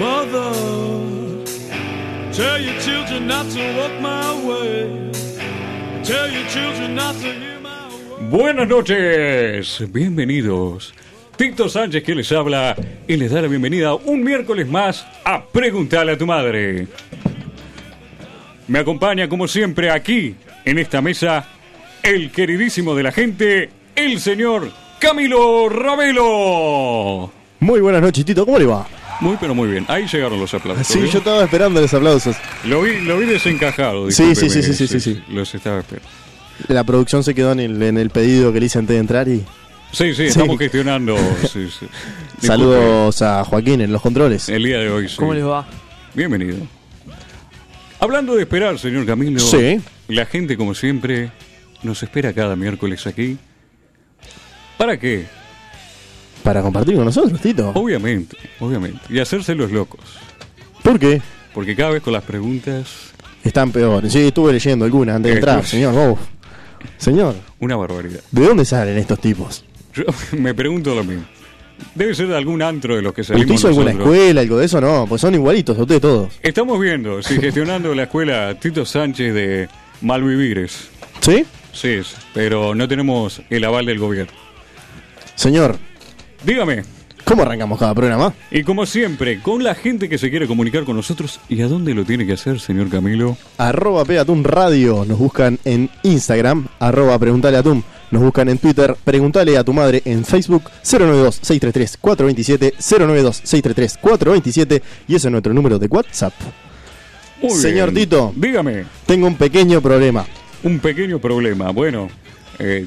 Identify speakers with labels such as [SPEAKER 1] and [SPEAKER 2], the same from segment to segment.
[SPEAKER 1] Mother, tell your children not to walk my way. Tell your children not to hear my words.
[SPEAKER 2] Buenas noches, bienvenidos. Tito Sánchez que les habla y les da la bienvenida un miércoles más a Preguntarle a tu madre. Me acompaña como siempre aquí en esta mesa el queridísimo de la gente, el señor Camilo Ravelo.
[SPEAKER 3] Muy buenas noches, Tito. ¿Cómo le va?
[SPEAKER 2] Muy pero muy bien, ahí llegaron los aplausos.
[SPEAKER 3] Ah, Sí,
[SPEAKER 2] ¿eh?
[SPEAKER 3] yo estaba esperando los aplausos.
[SPEAKER 2] lo, vi, lo vi desencajado.
[SPEAKER 3] Sí,
[SPEAKER 2] discúlpeme,
[SPEAKER 3] sí, sí, sí, sí, sí, sí.
[SPEAKER 2] Los estaba esperando.
[SPEAKER 3] La producción se quedó en el, en el pedido que le hice antes de entrar y
[SPEAKER 2] Sí, sí, estamos gestionando. sí, sí. Disculpe,
[SPEAKER 3] saludos a Joaquín en los controles.
[SPEAKER 2] El día de hoy. sí.
[SPEAKER 4] ¿Cómo les va?
[SPEAKER 2] Bienvenido. Hablando de esperar, señor Camilo.
[SPEAKER 3] Sí.
[SPEAKER 2] La gente, como siempre, nos espera cada miércoles aquí. ¿Para qué?
[SPEAKER 3] Para compartir con nosotros, Tito.
[SPEAKER 2] Oh. Obviamente, obviamente. Y hacerse los locos.
[SPEAKER 3] ¿Por qué?
[SPEAKER 2] Porque cada vez con las preguntas,
[SPEAKER 3] Están peores. Sí, estuve leyendo algunas antes de
[SPEAKER 2] Eh,
[SPEAKER 3] entrar,
[SPEAKER 2] pues.
[SPEAKER 3] señor. Uf. Señor,
[SPEAKER 2] una barbaridad.
[SPEAKER 3] ¿de dónde salen estos tipos?
[SPEAKER 2] Yo me pregunto lo mismo. Debe ser de algún antro de los que salimos
[SPEAKER 3] ¿Usted hizo alguna
[SPEAKER 2] nosotros.
[SPEAKER 3] escuela, algo de eso? No, pues son igualitos a ustedes todos.
[SPEAKER 2] Estamos viendo, si gestionando la escuela Tito Sánchez de Malvivires.
[SPEAKER 3] ¿Sí?
[SPEAKER 2] Sí, es, pero no tenemos el aval del gobierno.
[SPEAKER 3] Señor,
[SPEAKER 2] Dígame,
[SPEAKER 3] ¿cómo arrancamos cada programa?
[SPEAKER 2] Y como siempre, con la gente que se quiere comunicar con nosotros, ¿y a dónde lo tiene que hacer, señor Camilo?
[SPEAKER 3] Arroba Pegatum Radio. Nos buscan en Instagram. Arroba Preguntale a Tum. Nos buscan en Twitter. Preguntale a tu madre en Facebook. 092-633-427. 092-633-427. Y ese es nuestro número de WhatsApp.
[SPEAKER 2] Muy bien.
[SPEAKER 3] Señor Tito.
[SPEAKER 2] Dígame,
[SPEAKER 3] Tengo un pequeño problema.
[SPEAKER 2] un pequeño problema. Bueno, eh,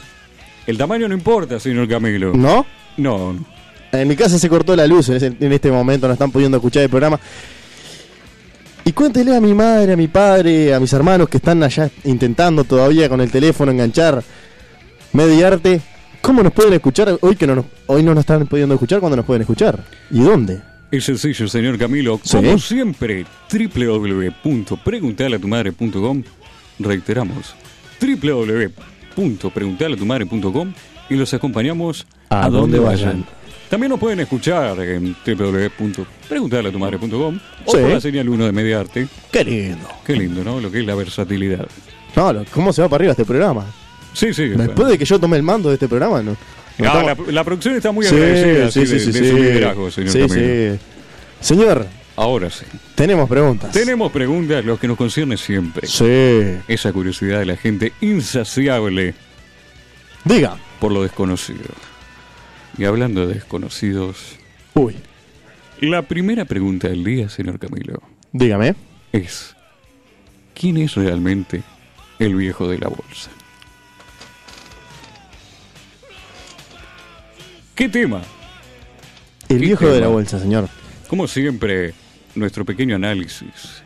[SPEAKER 2] el tamaño no importa, señor Camilo.
[SPEAKER 3] ¿No?
[SPEAKER 2] No, no.
[SPEAKER 3] En mi casa se cortó la luz. En, ese- en este momento no están pudiendo escuchar el programa. Y cuéntele a mi madre, a mi padre, a mis hermanos que están allá intentando todavía con el teléfono enganchar mediarte. ¿Cómo nos pueden escuchar hoy que no nos, hoy no nos están pudiendo escuchar cuando nos pueden escuchar? ¿Y dónde?
[SPEAKER 2] Es sencillo, señor Camilo.
[SPEAKER 3] Sí.
[SPEAKER 2] Como siempre, www.preguntaleatumadre.com. Reiteramos, www.preguntaleatumadre.com y los acompañamos
[SPEAKER 3] A donde vayan.
[SPEAKER 2] También nos pueden escuchar en www.preguntaleatumadre.com o
[SPEAKER 3] Sí.
[SPEAKER 2] por la señal 1 de Mediarte.
[SPEAKER 3] Qué lindo.
[SPEAKER 2] Qué lindo, ¿no? Lo que es la versatilidad.
[SPEAKER 3] No, lo- ¿cómo se va para arriba este programa?
[SPEAKER 2] Sí, sí.
[SPEAKER 3] Después de que yo tomé el mando de este programa, no. no
[SPEAKER 2] Ah,
[SPEAKER 3] estamos-
[SPEAKER 2] la, la producción está muy agradecida sí, de, de su liderazgo, señor
[SPEAKER 3] Sí,
[SPEAKER 2] Camilo.
[SPEAKER 3] sí. Señor,
[SPEAKER 2] Ahora sí.
[SPEAKER 3] tenemos preguntas.
[SPEAKER 2] Tenemos preguntas, los que nos concierne siempre.
[SPEAKER 3] Sí.
[SPEAKER 2] Esa curiosidad de la gente insaciable
[SPEAKER 3] Diga.
[SPEAKER 2] por lo desconocido. Y hablando de desconocidos,
[SPEAKER 3] Uy.
[SPEAKER 2] la primera pregunta del día, señor Camilo,
[SPEAKER 3] Dígame.
[SPEAKER 2] es: ¿Quién es realmente el viejo de la bolsa? ¿Qué tema?
[SPEAKER 3] El
[SPEAKER 2] ¿Qué
[SPEAKER 3] viejo de la
[SPEAKER 2] tema?
[SPEAKER 3] bolsa, señor.
[SPEAKER 2] Como siempre, nuestro pequeño análisis.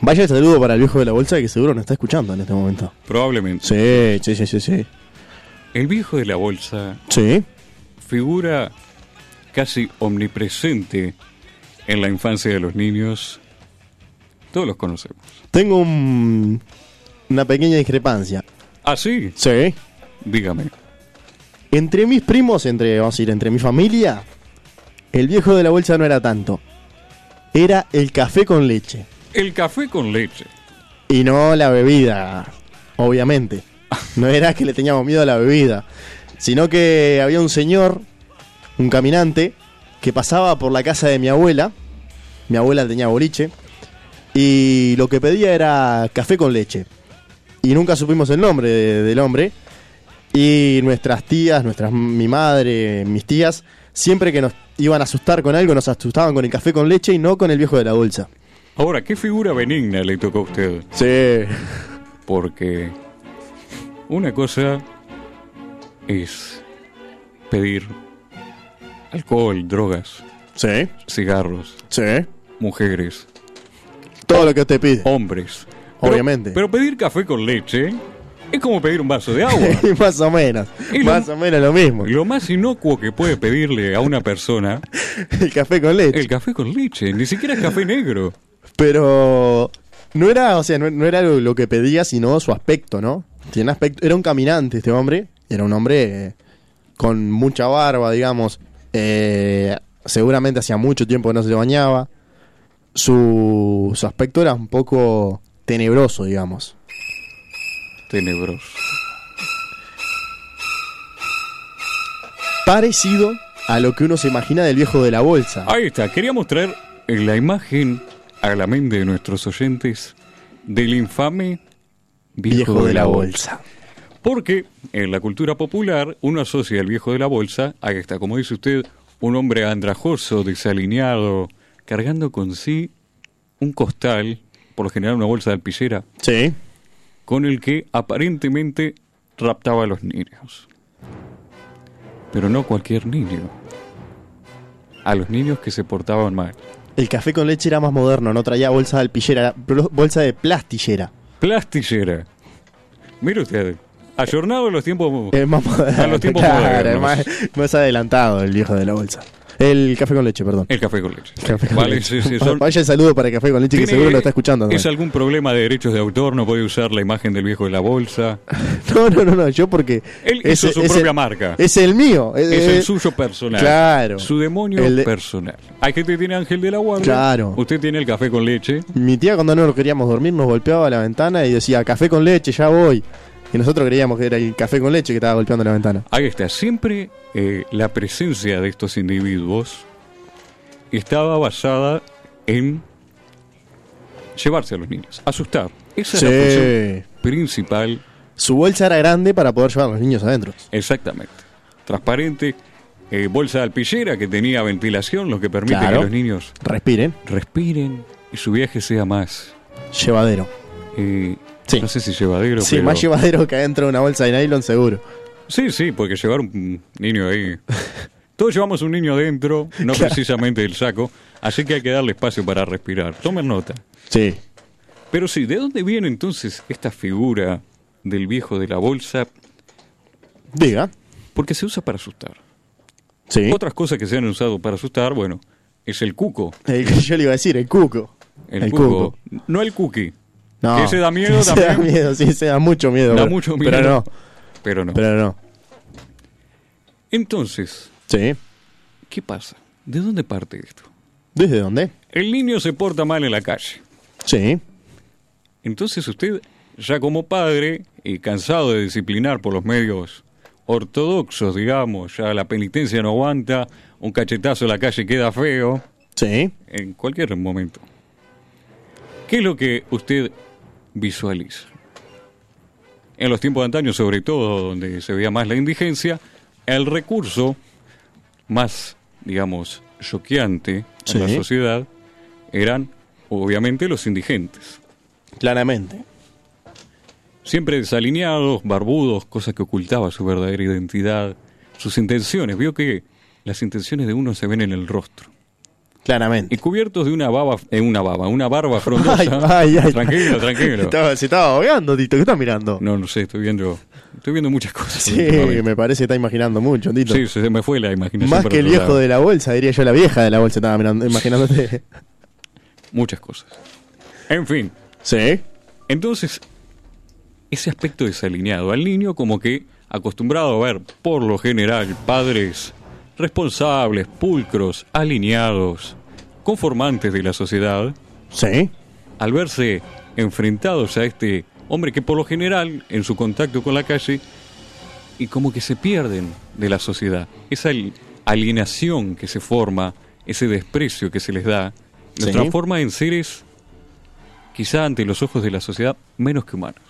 [SPEAKER 3] Vaya saludo para el viejo de la bolsa que seguro nos está escuchando en este momento.
[SPEAKER 2] Probablemente.
[SPEAKER 3] Sí, sí, sí, sí, sí.
[SPEAKER 2] El viejo de la bolsa
[SPEAKER 3] Sí.
[SPEAKER 2] figura casi omnipresente en la infancia de los niños. Todos los conocemos.
[SPEAKER 3] Tengo un- una pequeña discrepancia.
[SPEAKER 2] Así,
[SPEAKER 3] Sí.
[SPEAKER 2] Ah, dígame.
[SPEAKER 3] Entre mis primos, entre, vamos a decir, entre mi familia, el viejo de la bolsa no era tanto. Era el café con leche.
[SPEAKER 2] El café con leche.
[SPEAKER 3] Y no la bebida, obviamente. No era que le teníamos miedo a la bebida, sino que había un señor, un caminante, que pasaba por la casa de mi abuela. Mi abuela tenía boliche. Y lo que pedía era café con leche. Y nunca supimos el nombre de- del hombre. Y nuestras tías, nuestras, mi madre, mis tías, siempre que nos iban a asustar con algo, nos asustaban con el café con leche y no con el viejo de la bolsa.
[SPEAKER 2] Ahora, ¿qué figura benigna le tocó a usted?
[SPEAKER 3] Sí.
[SPEAKER 2] Porque una cosa es pedir alcohol, drogas,
[SPEAKER 3] Sí.
[SPEAKER 2] cigarros,
[SPEAKER 3] Sí.
[SPEAKER 2] mujeres,
[SPEAKER 3] Todo lo que usted pide.
[SPEAKER 2] hombres.
[SPEAKER 3] Obviamente.
[SPEAKER 2] Pero pedir café con leche es como pedir un vaso de agua.
[SPEAKER 3] más o menos.
[SPEAKER 2] Y lo-
[SPEAKER 3] Más o menos lo mismo.
[SPEAKER 2] Lo más inocuo que puede pedirle a una persona
[SPEAKER 3] El café con leche.
[SPEAKER 2] el café con leche, ni siquiera es café negro.
[SPEAKER 3] Pero no era, o sea, no, no era lo, lo que pedía, sino su aspecto, ¿no? Tiene aspecto. Era un caminante este hombre. Era un hombre eh, con mucha barba, digamos. Eh, seguramente hacía mucho tiempo que no se bañaba. su, su aspecto era un poco tenebroso, digamos.
[SPEAKER 2] Tenebroso.
[SPEAKER 3] Parecido a lo que uno se imagina del viejo de la bolsa.
[SPEAKER 2] Ahí está, queríamos traer la imagen a la mente de nuestros oyentes del infame
[SPEAKER 3] viejo, de la bolsa.
[SPEAKER 2] Porque en la cultura popular uno asocia al viejo de la bolsa, ahí está, como dice usted, un hombre andrajoso, desalineado, cargando con sí un costal, por lo general una bolsa de alpillera,
[SPEAKER 3] Sí.
[SPEAKER 2] con el que aparentemente raptaba a los niños. Pero no cualquier niño. A los niños que se portaban mal.
[SPEAKER 3] El café con leche era más moderno, no traía bolsa de alpillera, era bro- bolsa de plastillera.
[SPEAKER 2] Plastillera. Mire usted, ayornado en los tiempos...
[SPEAKER 3] Es más moderno.
[SPEAKER 2] A los tiempos
[SPEAKER 3] claro, es
[SPEAKER 2] modernos.
[SPEAKER 3] más, más adelantado el viejo de la bolsa. El café con leche, perdón.
[SPEAKER 2] El café con leche.
[SPEAKER 3] Café con
[SPEAKER 2] Eh, Vale,
[SPEAKER 3] leche.
[SPEAKER 2] sí, sí, son-
[SPEAKER 3] Vaya el saludo para el café con leche que
[SPEAKER 2] tiene-
[SPEAKER 3] seguro lo está escuchando.
[SPEAKER 2] ¿Es
[SPEAKER 3] también.
[SPEAKER 2] algún problema de derechos de autor? ¿No puede usar la imagen del viejo de la bolsa?
[SPEAKER 3] No, no, no, no, yo porque.
[SPEAKER 2] Él hizo su propia marca.
[SPEAKER 3] Es el mío. Es,
[SPEAKER 2] Es el
[SPEAKER 3] es-
[SPEAKER 2] suyo personal.
[SPEAKER 3] Eh, Claro.
[SPEAKER 2] Su demonio
[SPEAKER 3] El de-
[SPEAKER 2] personal. Hay gente que tiene ángel de la guardia.
[SPEAKER 3] Claro.
[SPEAKER 2] Usted tiene el café con leche.
[SPEAKER 3] Mi tía, cuando no queríamos dormir, nos golpeaba la ventana y decía: café con leche, ya voy. Y nosotros creíamos que era el café con leche que estaba golpeando la ventana.
[SPEAKER 2] Ahí está. Siempre eh, la presencia de estos individuos estaba basada en llevarse a los niños, asustar. Esa es la función principal
[SPEAKER 3] Su bolsa era grande para poder llevar a los niños adentro.
[SPEAKER 2] Exactamente. Transparente, eh, bolsa de alpillera que tenía ventilación, lo que permite
[SPEAKER 3] Claro.
[SPEAKER 2] que los niños
[SPEAKER 3] Respiren.
[SPEAKER 2] respiren y su viaje sea más.
[SPEAKER 3] Llevadero.
[SPEAKER 2] eh,
[SPEAKER 3] Sí.
[SPEAKER 2] No sé si llevadero.
[SPEAKER 3] Sí,
[SPEAKER 2] pero-
[SPEAKER 3] más llevadero que adentro de una bolsa de nylon, seguro.
[SPEAKER 2] Sí, sí, porque llevar un niño ahí. Todos llevamos un niño adentro, no precisamente el saco, así que hay que darle espacio para respirar. Tomen nota.
[SPEAKER 3] Sí.
[SPEAKER 2] Pero sí, ¿de dónde viene entonces esta figura del viejo de la bolsa?
[SPEAKER 3] Diga.
[SPEAKER 2] Porque se usa para asustar.
[SPEAKER 3] Sí.
[SPEAKER 2] Otras cosas que se han usado para asustar, bueno, es el cuco.
[SPEAKER 3] El que yo le iba a decir, el cuco.
[SPEAKER 2] El, cuco. No el cookie. Que ese da miedo
[SPEAKER 3] Ese da
[SPEAKER 2] también.
[SPEAKER 3] miedo, sí, se da mucho miedo.
[SPEAKER 2] Da
[SPEAKER 3] pero-
[SPEAKER 2] mucho miedo.
[SPEAKER 3] Pero no,
[SPEAKER 2] Pero no.
[SPEAKER 3] pero no.
[SPEAKER 2] Entonces,
[SPEAKER 3] Sí.
[SPEAKER 2] ¿qué pasa? ¿De dónde parte esto?
[SPEAKER 3] ¿Desde dónde?
[SPEAKER 2] El niño se porta mal en la calle.
[SPEAKER 3] Sí.
[SPEAKER 2] Entonces usted, ya como padre, y cansado de disciplinar por los medios ortodoxos, digamos, ya la penitencia no aguanta, un cachetazo en la calle queda feo,
[SPEAKER 3] Sí.
[SPEAKER 2] en cualquier momento. ¿Qué es lo que usted visualiza? En los tiempos de antaño, sobre todo donde se veía más la indigencia, el recurso más, digamos, choqueante
[SPEAKER 3] Sí.
[SPEAKER 2] en la sociedad eran, obviamente, los indigentes.
[SPEAKER 3] Claramente.
[SPEAKER 2] Siempre desalineados, barbudos, cosas que ocultaba su verdadera identidad, sus intenciones. Vio que las intenciones de uno se ven en el rostro.
[SPEAKER 3] Claramente.
[SPEAKER 2] y cubiertos de una baba, eh, una baba, una barba frondosa.
[SPEAKER 3] Ay, ay, ay.
[SPEAKER 2] Tranquilo, tranquilo.
[SPEAKER 3] Estaba- se estaba ahogando, Tito. ¿Qué estás mirando?
[SPEAKER 2] No, no sé, estoy viendo, estoy viendo muchas cosas.
[SPEAKER 3] sí,
[SPEAKER 2] últimamente.
[SPEAKER 3] me parece que está imaginando mucho, Tito.
[SPEAKER 2] sí, se me fue la imaginación.
[SPEAKER 3] Más
[SPEAKER 2] para
[SPEAKER 3] que el
[SPEAKER 2] otro
[SPEAKER 3] viejo
[SPEAKER 2] lado.
[SPEAKER 3] de la bolsa, diría yo, la vieja de la bolsa estaba mirando, imaginándote.
[SPEAKER 2] Muchas cosas. En fin,
[SPEAKER 3] sí.
[SPEAKER 2] entonces, ese aspecto desalineado al niño como que acostumbrado a ver, por lo general, padres responsables, pulcros, alineados, conformantes de la sociedad,
[SPEAKER 3] Sí.
[SPEAKER 2] al verse enfrentados a este hombre que por lo general en su contacto con la calle y como que se pierden de la sociedad. Esa al- alienación que se forma, ese desprecio que se les da, los
[SPEAKER 3] Sí.
[SPEAKER 2] transforma en seres quizá ante los ojos de la sociedad menos que humanos.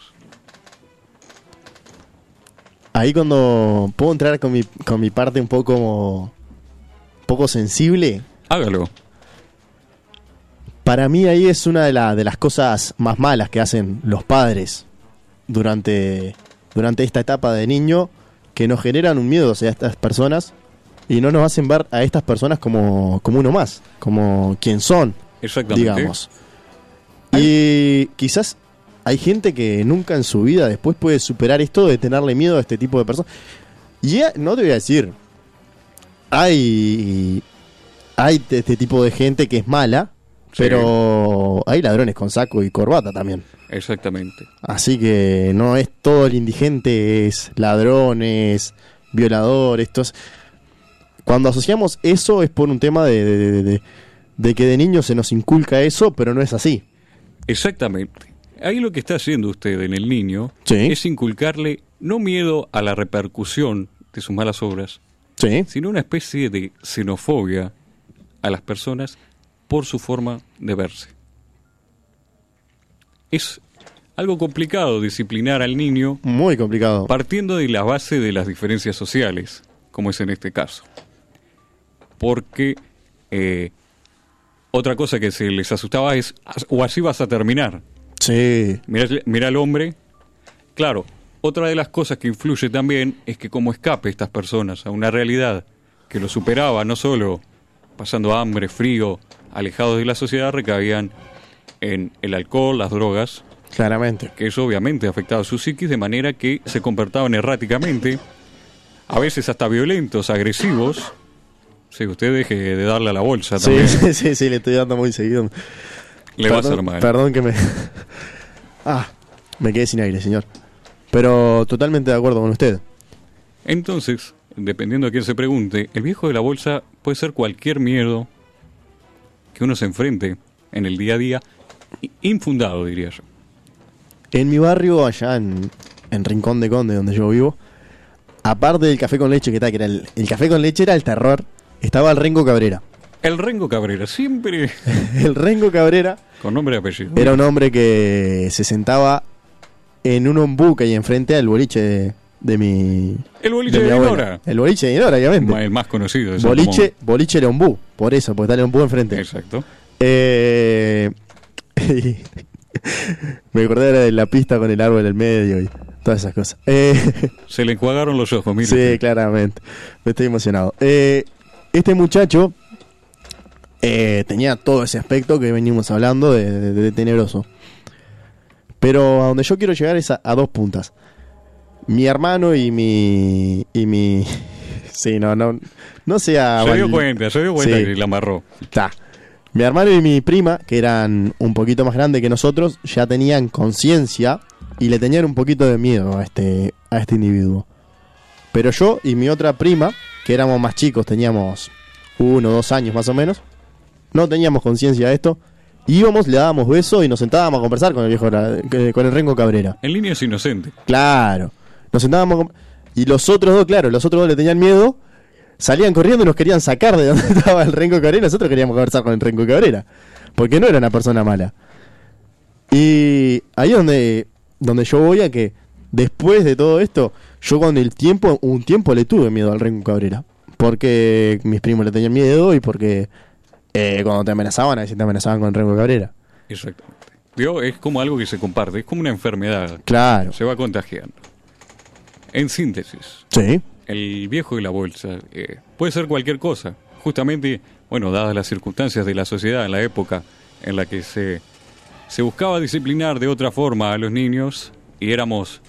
[SPEAKER 3] Ahí cuando puedo entrar con mi, con mi parte un poco como- poco sensible,
[SPEAKER 2] Hágalo.
[SPEAKER 3] Para mí ahí es una de, la- de las cosas más malas que hacen los padres durante, durante esta etapa de niño, que nos generan un miedo hacia estas personas y no nos hacen ver a estas personas como, como uno más, como quien son,
[SPEAKER 2] Exactamente.
[SPEAKER 3] digamos. Y quizás hay gente que nunca en su vida después puede superar esto de tenerle miedo a este tipo de personas. Y eh, no te voy a decir, hay, hay de este tipo de gente que es mala,
[SPEAKER 2] Sí.
[SPEAKER 3] pero hay ladrones con saco y corbata también.
[SPEAKER 2] Exactamente.
[SPEAKER 3] Así que no es todo el indigente, es ladrones, violadores, estos. Cuando asociamos eso es por un tema de, de- de- de- de que de niño se nos inculca eso, pero no es así.
[SPEAKER 2] Exactamente. Ahí lo que está haciendo usted en el niño
[SPEAKER 3] Sí.
[SPEAKER 2] es inculcarle no miedo a la repercusión de sus malas obras,
[SPEAKER 3] Sí.
[SPEAKER 2] sino una especie de xenofobia a las personas por su forma de verse. Es algo complicado disciplinar al niño
[SPEAKER 3] Muy complicado.
[SPEAKER 2] partiendo de la base de las diferencias sociales, como es en este caso. Porque eh, otra cosa que se les asustaba es, "As- o así vas a terminar.
[SPEAKER 3] Sí.
[SPEAKER 2] Mirá, mirá al hombre. Claro, otra de las cosas que influye también es que como escape estas personas a una realidad que lo superaba, no solo pasando hambre, frío, alejados de la sociedad, recaían en el alcohol, las drogas,
[SPEAKER 3] Claramente.
[SPEAKER 2] que eso obviamente afectaba a su psiquis de manera que se comportaban erráticamente, a veces hasta violentos, agresivos. Si usted deje de darle a la bolsa
[SPEAKER 3] Sí,
[SPEAKER 2] también,
[SPEAKER 3] sí, sí, sí, le estoy dando muy seguido.
[SPEAKER 2] le va a hacer mal.
[SPEAKER 3] Perdón que me. Ah, me quedé sin aire, señor. Pero totalmente de acuerdo con usted.
[SPEAKER 2] Entonces, dependiendo de quién se pregunte, el viejo de la bolsa puede ser cualquier miedo que uno se enfrente en el día a día, i- infundado diría yo.
[SPEAKER 3] En mi barrio, allá en, en Rincón de Conde, donde yo vivo, aparte del café con leche que está, que era el, el café con leche era el terror, estaba el Rengo Cabrera.
[SPEAKER 2] El Rengo Cabrera, siempre
[SPEAKER 3] El Rengo Cabrera
[SPEAKER 2] con nombre y apellido.
[SPEAKER 3] era un hombre que se sentaba en un ombuca y enfrente al boliche de, de mi.
[SPEAKER 2] El boliche
[SPEAKER 3] mi
[SPEAKER 2] de
[SPEAKER 3] abuela.
[SPEAKER 2] Dinora.
[SPEAKER 3] El boliche de Dinora, obviamente.
[SPEAKER 2] Ma- el más conocido. de San
[SPEAKER 3] Boliche, boliche era ombú, por eso, porque está el ombú
[SPEAKER 2] Ramón.
[SPEAKER 3] enfrente.
[SPEAKER 2] Exacto.
[SPEAKER 3] Eh, y me acordé ahora de la pista con el árbol en el medio y todas esas cosas. Eh,
[SPEAKER 2] Se le enjuagaron los ojos, mire.
[SPEAKER 3] sí, claramente. Me estoy emocionado. Eh, este muchacho eh, tenía todo ese aspecto que venimos hablando de, de- de tenebroso. Pero a donde yo quiero llegar es a, a dos puntas. Mi hermano y mi. y mi. Sí, no, no. No sea.
[SPEAKER 2] se dio
[SPEAKER 3] val-
[SPEAKER 2] cuenta, se dio cuenta
[SPEAKER 3] Sí.
[SPEAKER 2] que la amarró.
[SPEAKER 3] Ta. Mi hermano y mi prima, que eran un poquito más grandes que nosotros, ya tenían conciencia y le tenían un poquito de miedo a este, a este individuo. Pero yo y mi otra prima, que éramos más chicos, teníamos uno o dos años más o menos, no teníamos conciencia de esto. Íbamos, le dábamos besos y nos sentábamos a conversar con el viejo, eh, con el Rengo Cabrera.
[SPEAKER 2] El niño es inocente.
[SPEAKER 3] Claro. Nos sentábamos con- Y los otros dos, claro, los otros dos le tenían miedo. Salían corriendo y nos querían sacar de donde estaba el Renco Cabrera. Nosotros queríamos conversar con el Renco Cabrera. Porque no era una persona mala. Y ahí es donde, donde yo voy a que después de todo esto, yo con el tiempo, un tiempo le tuve miedo al Renco Cabrera. Porque mis primos le tenían miedo y porque eh, cuando te amenazaban, a veces te amenazaban con el Renco Cabrera.
[SPEAKER 2] Exactamente. Vio, Es como algo que se comparte, es como una enfermedad.
[SPEAKER 3] Claro.
[SPEAKER 2] Se va contagiando. En síntesis,
[SPEAKER 3] Sí.
[SPEAKER 2] el viejo de la bolsa eh, puede ser cualquier cosa. Justamente, bueno, dadas las circunstancias de la sociedad en la época en la que se, se buscaba disciplinar de otra forma a los niños y éramos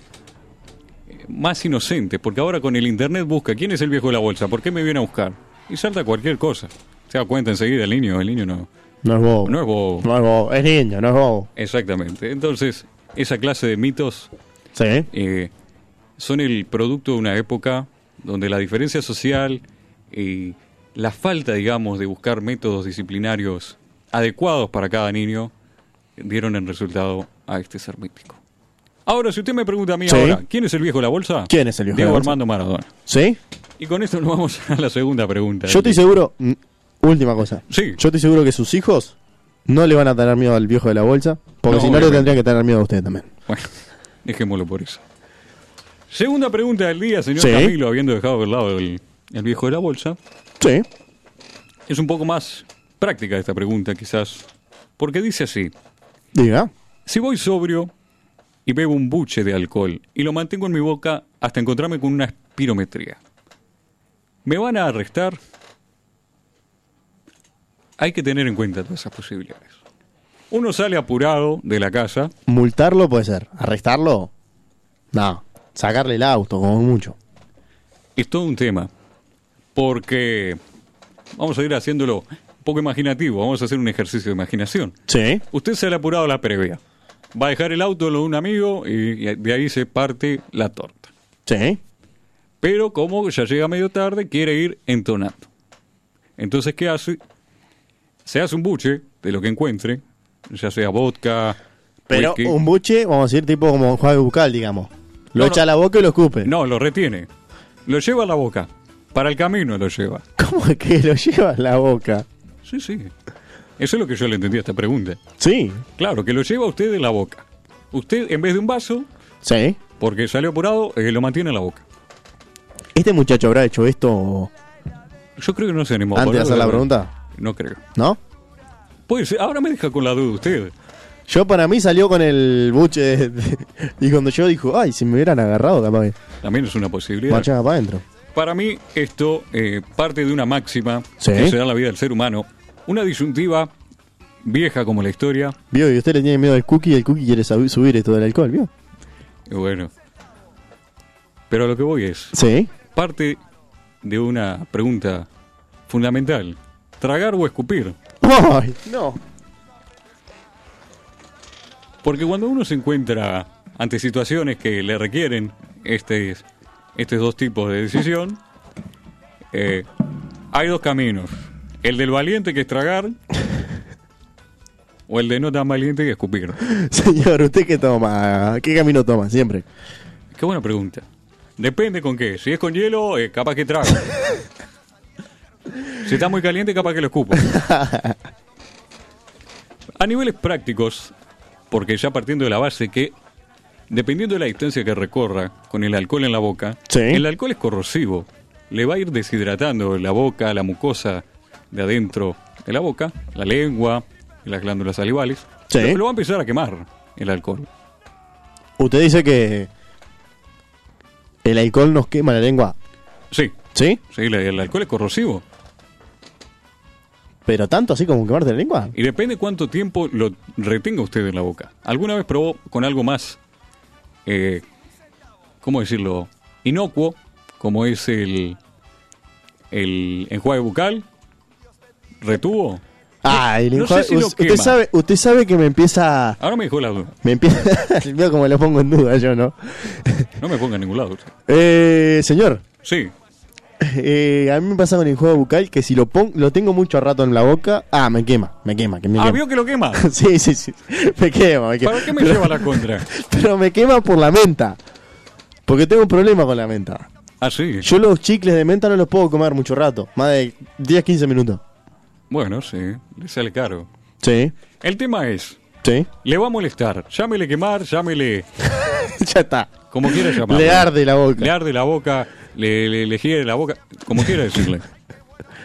[SPEAKER 2] eh, más inocentes, porque ahora con el internet busca quién es el viejo de la bolsa, por qué me viene a buscar. Y salta cualquier cosa. Se da cuenta enseguida el niño, el niño no,
[SPEAKER 3] No es bobo.
[SPEAKER 2] no es bobo.
[SPEAKER 3] No es bobo. Es niño, no es bobo.
[SPEAKER 2] Exactamente. Entonces, esa clase de mitos
[SPEAKER 3] Sí.
[SPEAKER 2] eh, son el producto de una época donde la diferencia social y la falta, digamos, de buscar métodos disciplinarios adecuados para cada niño dieron en resultado a este ser mítico. Ahora, si usted me pregunta a mí
[SPEAKER 3] Sí.
[SPEAKER 2] ahora, ¿quién es el viejo de la bolsa?
[SPEAKER 3] ¿Quién es el viejo de
[SPEAKER 2] Diego
[SPEAKER 3] la bolsa?
[SPEAKER 2] Armando Maradona.
[SPEAKER 3] ¿Sí?
[SPEAKER 2] Y con esto nos vamos a la segunda pregunta.
[SPEAKER 3] Yo estoy seguro. mm, Última cosa.
[SPEAKER 2] Sí.
[SPEAKER 3] Yo estoy seguro que sus hijos no le van a tener miedo al viejo de la bolsa. Porque
[SPEAKER 2] No,
[SPEAKER 3] si no, le
[SPEAKER 2] obviamente.
[SPEAKER 3] tendrían que tener miedo a usted también.
[SPEAKER 2] Bueno, dejémoslo por eso. Segunda pregunta del día, señor
[SPEAKER 3] Sí.
[SPEAKER 2] Camilo, habiendo dejado de lado el, el viejo de la bolsa.
[SPEAKER 3] Sí.
[SPEAKER 2] Es un poco más práctica esta pregunta, quizás. Porque dice así:
[SPEAKER 3] Diga.
[SPEAKER 2] Si voy sobrio y bebo un buche de alcohol y lo mantengo en mi boca hasta encontrarme con una espirometría, ¿me van a arrestar? Hay que tener en cuenta todas esas posibilidades. Uno sale apurado de la casa,
[SPEAKER 3] Multarlo puede ser. Arrestarlo. No. Sacarle el auto, como mucho.
[SPEAKER 2] es todo un tema. Porque vamos a ir haciéndolo un poco imaginativo, vamos a hacer un ejercicio de imaginación.
[SPEAKER 3] Sí.
[SPEAKER 2] Usted se le ha apurado la previa. Va a dejar el auto en lo de un amigo y y de ahí se parte la torta.
[SPEAKER 3] Sí.
[SPEAKER 2] Pero como ya llega medio tarde, quiere ir entonando. Entonces, ¿qué hace? se hace un buche de lo que encuentre, ya sea vodka,
[SPEAKER 3] Pero
[SPEAKER 2] whisky.
[SPEAKER 3] un buche, vamos a decir, tipo como Juan bucal, digamos.
[SPEAKER 2] No,
[SPEAKER 3] Lo echa
[SPEAKER 2] no.
[SPEAKER 3] a la boca y lo escupe.
[SPEAKER 2] No, lo retiene. Lo lleva a la boca. Para el camino lo lleva.
[SPEAKER 3] ¿Cómo es que lo lleva a la boca?
[SPEAKER 2] Sí, sí. Eso es lo que yo le entendí a esta pregunta.
[SPEAKER 3] Sí.
[SPEAKER 2] Claro, que lo lleva usted de la boca. Usted, en vez de un vaso,
[SPEAKER 3] Sí.
[SPEAKER 2] porque salió apurado, eh, lo mantiene en la boca.
[SPEAKER 3] ¿Este muchacho habrá hecho esto
[SPEAKER 2] Yo creo que no se animó.
[SPEAKER 3] antes de
[SPEAKER 2] Por
[SPEAKER 3] hacer la
[SPEAKER 2] algo-
[SPEAKER 3] pregunta?
[SPEAKER 2] No creo.
[SPEAKER 3] ¿No?
[SPEAKER 2] Puede ser. Ahora me deja con la duda usted.
[SPEAKER 3] Yo para mí salió con el buche de- de- y cuando yo dijo, ay, si me hubieran agarrado, capaz que
[SPEAKER 2] También es una posibilidad.
[SPEAKER 3] marchaba para adentro.
[SPEAKER 2] Para mí, esto eh, parte de una máxima
[SPEAKER 3] Sí.
[SPEAKER 2] que se da en la vida del ser humano. Una disyuntiva vieja como la historia.
[SPEAKER 3] Vio, y usted le tiene miedo al cookie y el cookie quiere sabi- subir esto del alcohol, ¿vio?
[SPEAKER 2] Y Bueno. Pero a lo que voy es.
[SPEAKER 3] Sí.
[SPEAKER 2] parte de una pregunta fundamental. ¿Tragar o escupir?
[SPEAKER 3] Ay, no.
[SPEAKER 2] Porque cuando uno se encuentra ante situaciones que le requieren estes- estos dos tipos de decisión, eh, hay dos caminos. El del valiente que es tragar o el de no tan valiente que escupir.
[SPEAKER 3] Señor, ¿usted qué toma? ¿Qué camino toma siempre?
[SPEAKER 2] Qué buena pregunta. Depende con qué. Si es con hielo, eh, capaz que trago. si está muy caliente, capaz que lo escupo. A niveles prácticos, porque ya partiendo de la base que, dependiendo de la distancia que recorra con el alcohol en la boca,
[SPEAKER 3] Sí.
[SPEAKER 2] el alcohol es corrosivo. Le va a ir deshidratando la boca, la mucosa de adentro de la boca, la lengua, las glándulas salivales.
[SPEAKER 3] Sí.
[SPEAKER 2] Lo, lo va a empezar a quemar el alcohol.
[SPEAKER 3] Usted dice que el alcohol nos quema la lengua,
[SPEAKER 2] Sí,
[SPEAKER 3] ¿sí?
[SPEAKER 2] sí, la- el alcohol es corrosivo.
[SPEAKER 3] Pero tanto así como quemarte la lengua.
[SPEAKER 2] Y depende cuánto tiempo lo retenga usted en la boca. ¿Alguna vez probó con algo más, eh, cómo decirlo, inocuo, como es el, el enjuague bucal? ¿Retuvo?
[SPEAKER 3] Ay, el
[SPEAKER 2] no sé
[SPEAKER 3] enjuague-
[SPEAKER 2] si lo
[SPEAKER 3] usted
[SPEAKER 2] quema.
[SPEAKER 3] sabe, usted sabe que me empieza,
[SPEAKER 2] Ahora me dejó la duda.
[SPEAKER 3] me empieza, veo como lo pongo en duda yo, ¿no?
[SPEAKER 2] No me ponga en ningún lado.
[SPEAKER 3] Eh, señor,
[SPEAKER 2] Sí,
[SPEAKER 3] eh, a mí me pasa con el juego bucal que si lo pon- lo tengo mucho rato en la boca, ah, me quema, me quema, que me
[SPEAKER 2] ah,
[SPEAKER 3] quema.
[SPEAKER 2] vio que lo quema.
[SPEAKER 3] Sí, sí, sí. Me quema, me quema.
[SPEAKER 2] ¿Para qué me
[SPEAKER 3] Pero-
[SPEAKER 2] lleva la contra?
[SPEAKER 3] Pero me quema por la menta. Porque tengo un problema con la menta.
[SPEAKER 2] Ah, sí.
[SPEAKER 3] Yo los chicles de menta no los puedo comer mucho rato. Más de 10, 15 minutos.
[SPEAKER 2] Bueno, sí, le sale caro.
[SPEAKER 3] Sí,
[SPEAKER 2] El tema es,
[SPEAKER 3] sí.
[SPEAKER 2] le va a molestar. Llámele quemar, llámele
[SPEAKER 3] ya está.
[SPEAKER 2] como quiera llamarlo.
[SPEAKER 3] Le arde la boca.
[SPEAKER 2] Le arde la boca, le, le, le hiere la boca, como quiera decirle.